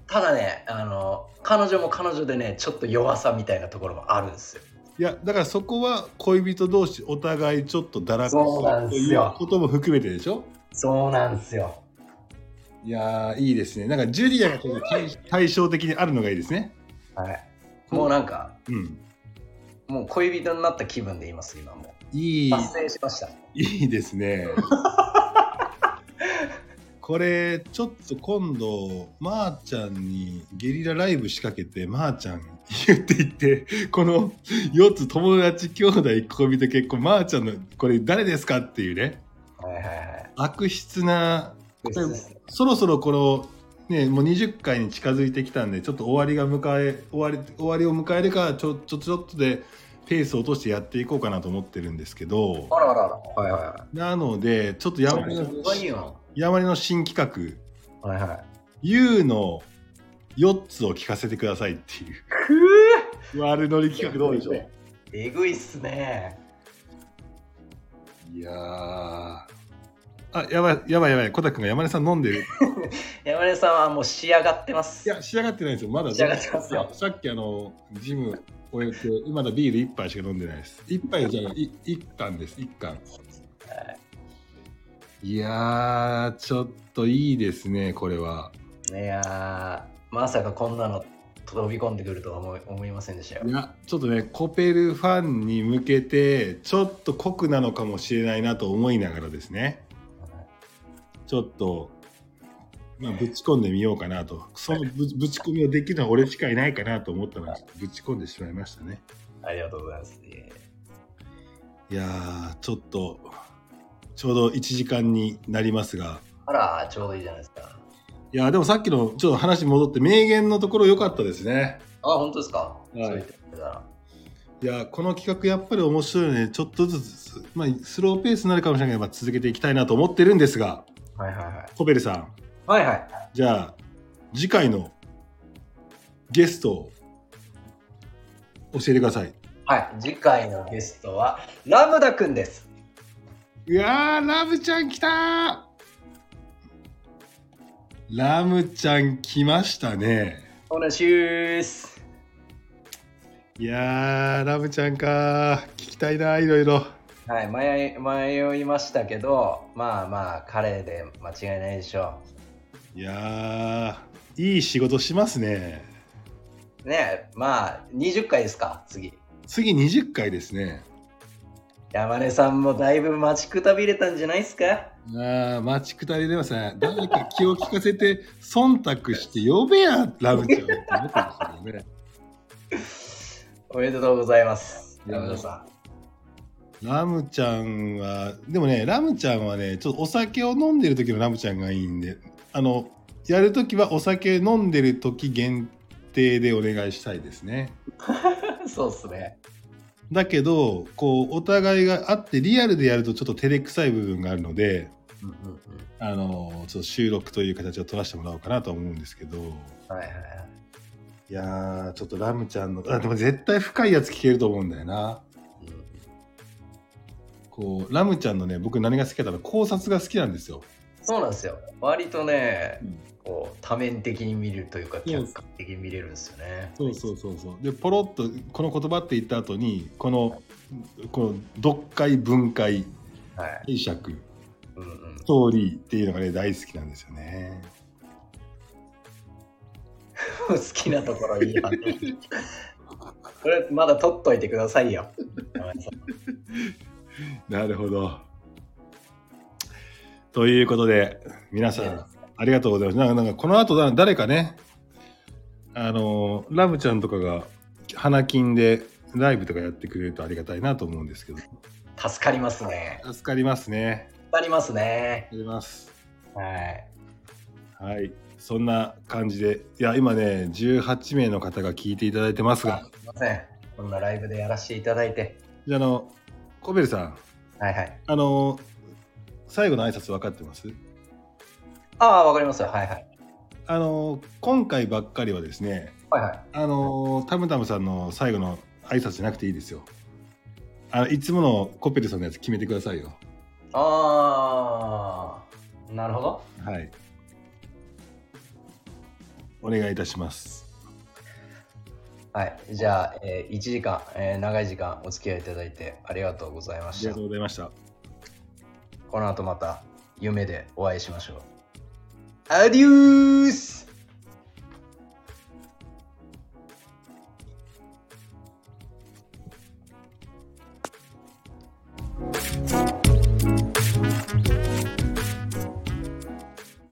Speaker 2: ただねあの彼女も彼女でねちょっと弱さみたいなところもあるんですよ
Speaker 1: いやだからそこは恋人同士お互いちょっと堕落
Speaker 2: そうなん
Speaker 1: と
Speaker 2: で
Speaker 1: い
Speaker 2: す
Speaker 1: う
Speaker 2: よ
Speaker 1: ことも含めてでしょ
Speaker 2: そうなんですよ
Speaker 1: いやーいいですね。なんかジュリアがこう対対照的にあるのがいいですね。
Speaker 2: はいもうなんか
Speaker 1: うん。
Speaker 2: もう恋人になった気分でいます今も
Speaker 1: いいう
Speaker 2: 達成しました
Speaker 1: いいです
Speaker 2: <laughs>
Speaker 1: ね。これちょっと今度まー、ちゃんにゲリラライブ仕掛けてまー、ちゃん言って言ってこの4つ友達兄弟恋人結婚まー、ちゃんのこれ誰ですかっていうね
Speaker 2: はいはいはい
Speaker 1: 悪質な
Speaker 2: 別ですね
Speaker 1: そろそろこのねもう20回に近づいてきたんでちょっと終わりが迎え終わり終わりを迎えるかちょちょちょっとでペースを落としてやっていこうかなと思ってるんですけど
Speaker 2: あらあらあらはいはいは
Speaker 1: なのでちょっと山
Speaker 2: い
Speaker 1: 盛り
Speaker 2: す
Speaker 1: の
Speaker 2: ごいよ
Speaker 1: 山盛りの新企画
Speaker 2: はいは
Speaker 1: 「
Speaker 2: い
Speaker 1: YOU の4つを聞かせてください」っていう
Speaker 2: くぅ
Speaker 1: 悪乗り企画どうでしょう
Speaker 2: えぐいっすね
Speaker 1: いやーあやばいやばいやばいコタくんが山根さん飲んでる
Speaker 2: 山根さんはもう仕上がってます
Speaker 1: いや仕上がってないですよまだ
Speaker 2: 仕上がってますよ
Speaker 1: さっきあのジム終えてまだビール一杯しか飲んでないです一杯じゃないい一缶です一缶いやーちょっといいですねこれはい
Speaker 2: やーまさかこんなの飛び込んでくるとは思い思いませんでしたよ
Speaker 1: いやちょっとねコペルファンに向けてちょっと酷なのかもしれないなと思いながらですねちょっと、まあ、ぶち込んでみようかなとそのぶぶち込みをできるのは俺しかいないかなと思ったのでぶち込んでしまいましたね
Speaker 2: ありがとうございますいえい
Speaker 1: い
Speaker 2: え
Speaker 1: やーちょっとちょうど1時間になりますが
Speaker 2: あらちょうどいいじゃないですか
Speaker 1: いやーでもさっきのちょっと話戻って名言のところ良かったですね
Speaker 2: あ、本当ですか。
Speaker 1: い
Speaker 2: そう言ってくれたら。
Speaker 1: いやーこの企画やっぱり面白いのでちょっとずつ、まあ、スローペースになるかもしれないけど、まあ、続けていきたいなと思ってるんですが
Speaker 2: はいはいはい。
Speaker 1: コベルさん
Speaker 2: はいはい。
Speaker 1: じゃあ次回のゲストを教えてください
Speaker 2: はい、次回のゲストはラムダくんです。
Speaker 1: いやーラムちゃん来たーラムちゃん来ましたね
Speaker 2: お願いします。
Speaker 1: いやーラムちゃんかー聞きたいないろいろ
Speaker 2: はい、迷い迷いましたけど、まあまあ彼で間違いないでしょ
Speaker 1: いやーいい仕事しますね
Speaker 2: ねえまあ20回ですか次
Speaker 1: 次20回ですね
Speaker 2: 山根さんもだいぶ待ちくたびれたんじゃないですか
Speaker 1: ああ待ちくたびれません誰か気を利かせて忖度して呼べやラブちゃんって思ってましたけどね
Speaker 2: おめでとうございます
Speaker 1: いや
Speaker 2: 山根さん
Speaker 1: ラムちゃんはでもねラムちゃんはねちょっとお酒を飲んでる時のラムちゃんがいいんであのやる時はお酒飲んでる時限定でお願いしたいですね
Speaker 2: <laughs> そうっすね
Speaker 1: だけどこうお互いがあってリアルでやるとちょっと照れくさい部分があるので
Speaker 2: うんうんうん
Speaker 1: あのちょっと収録という形を取らせてもらおうかなと思うんですけど
Speaker 2: はいはいはい
Speaker 1: いやーちょっとラムちゃんのあでも絶対深いやつ聞けると思うんだよな
Speaker 2: うん
Speaker 1: こうラムちゃんのね僕何が好きかというと考察が好きなんですよ
Speaker 2: そうなんですよ割とね、
Speaker 1: うん
Speaker 2: こう多面的に見れるというか
Speaker 1: そう
Speaker 2: 客観的に見れるんですよね
Speaker 1: そうそうそうそうでポロッとこの言葉って言った後にこのこの読解分解
Speaker 2: はい、
Speaker 1: 解釈
Speaker 2: うんうん
Speaker 1: ス、トーリーっていうのがね大好きなんですよね
Speaker 2: 好きなところいいわねこれまだ取っといてくださいよ山根さん
Speaker 1: なるほどということで皆さんありがとうございますなんかなんかこの後だ誰かねあのーラムちゃんとかが花金でライブとかやってくれるとありがたいなと思うんですけど
Speaker 2: 助かりますね
Speaker 1: 助かりますね
Speaker 2: 助かりますね
Speaker 1: 助かります
Speaker 2: はい
Speaker 1: はい、そんな感じで、いや、今ね、18名の方が聞いていただいてますが、
Speaker 2: すいませんこんなライブでやらせていただいて
Speaker 1: じゃあ、あの、コベルさん、
Speaker 2: はいはい
Speaker 1: あの、最後の挨拶分かってます
Speaker 2: ああわかりますよはいはい
Speaker 1: あの、今回ばっかりはですね、
Speaker 2: はいはい
Speaker 1: あの、タムタムさんの最後の挨拶じゃなくていいですよ。あのいつものコペルさんのやつ決めてくださいよ。
Speaker 2: ああなるほど
Speaker 1: はい。お願いいたします。
Speaker 2: はいじゃあ、え1時間、えー長い時間お付き合いいただいてありがとうございま
Speaker 1: あ
Speaker 2: し
Speaker 1: り
Speaker 2: た
Speaker 1: がとうございました。
Speaker 2: この後また夢でお会いしましょう。アデュース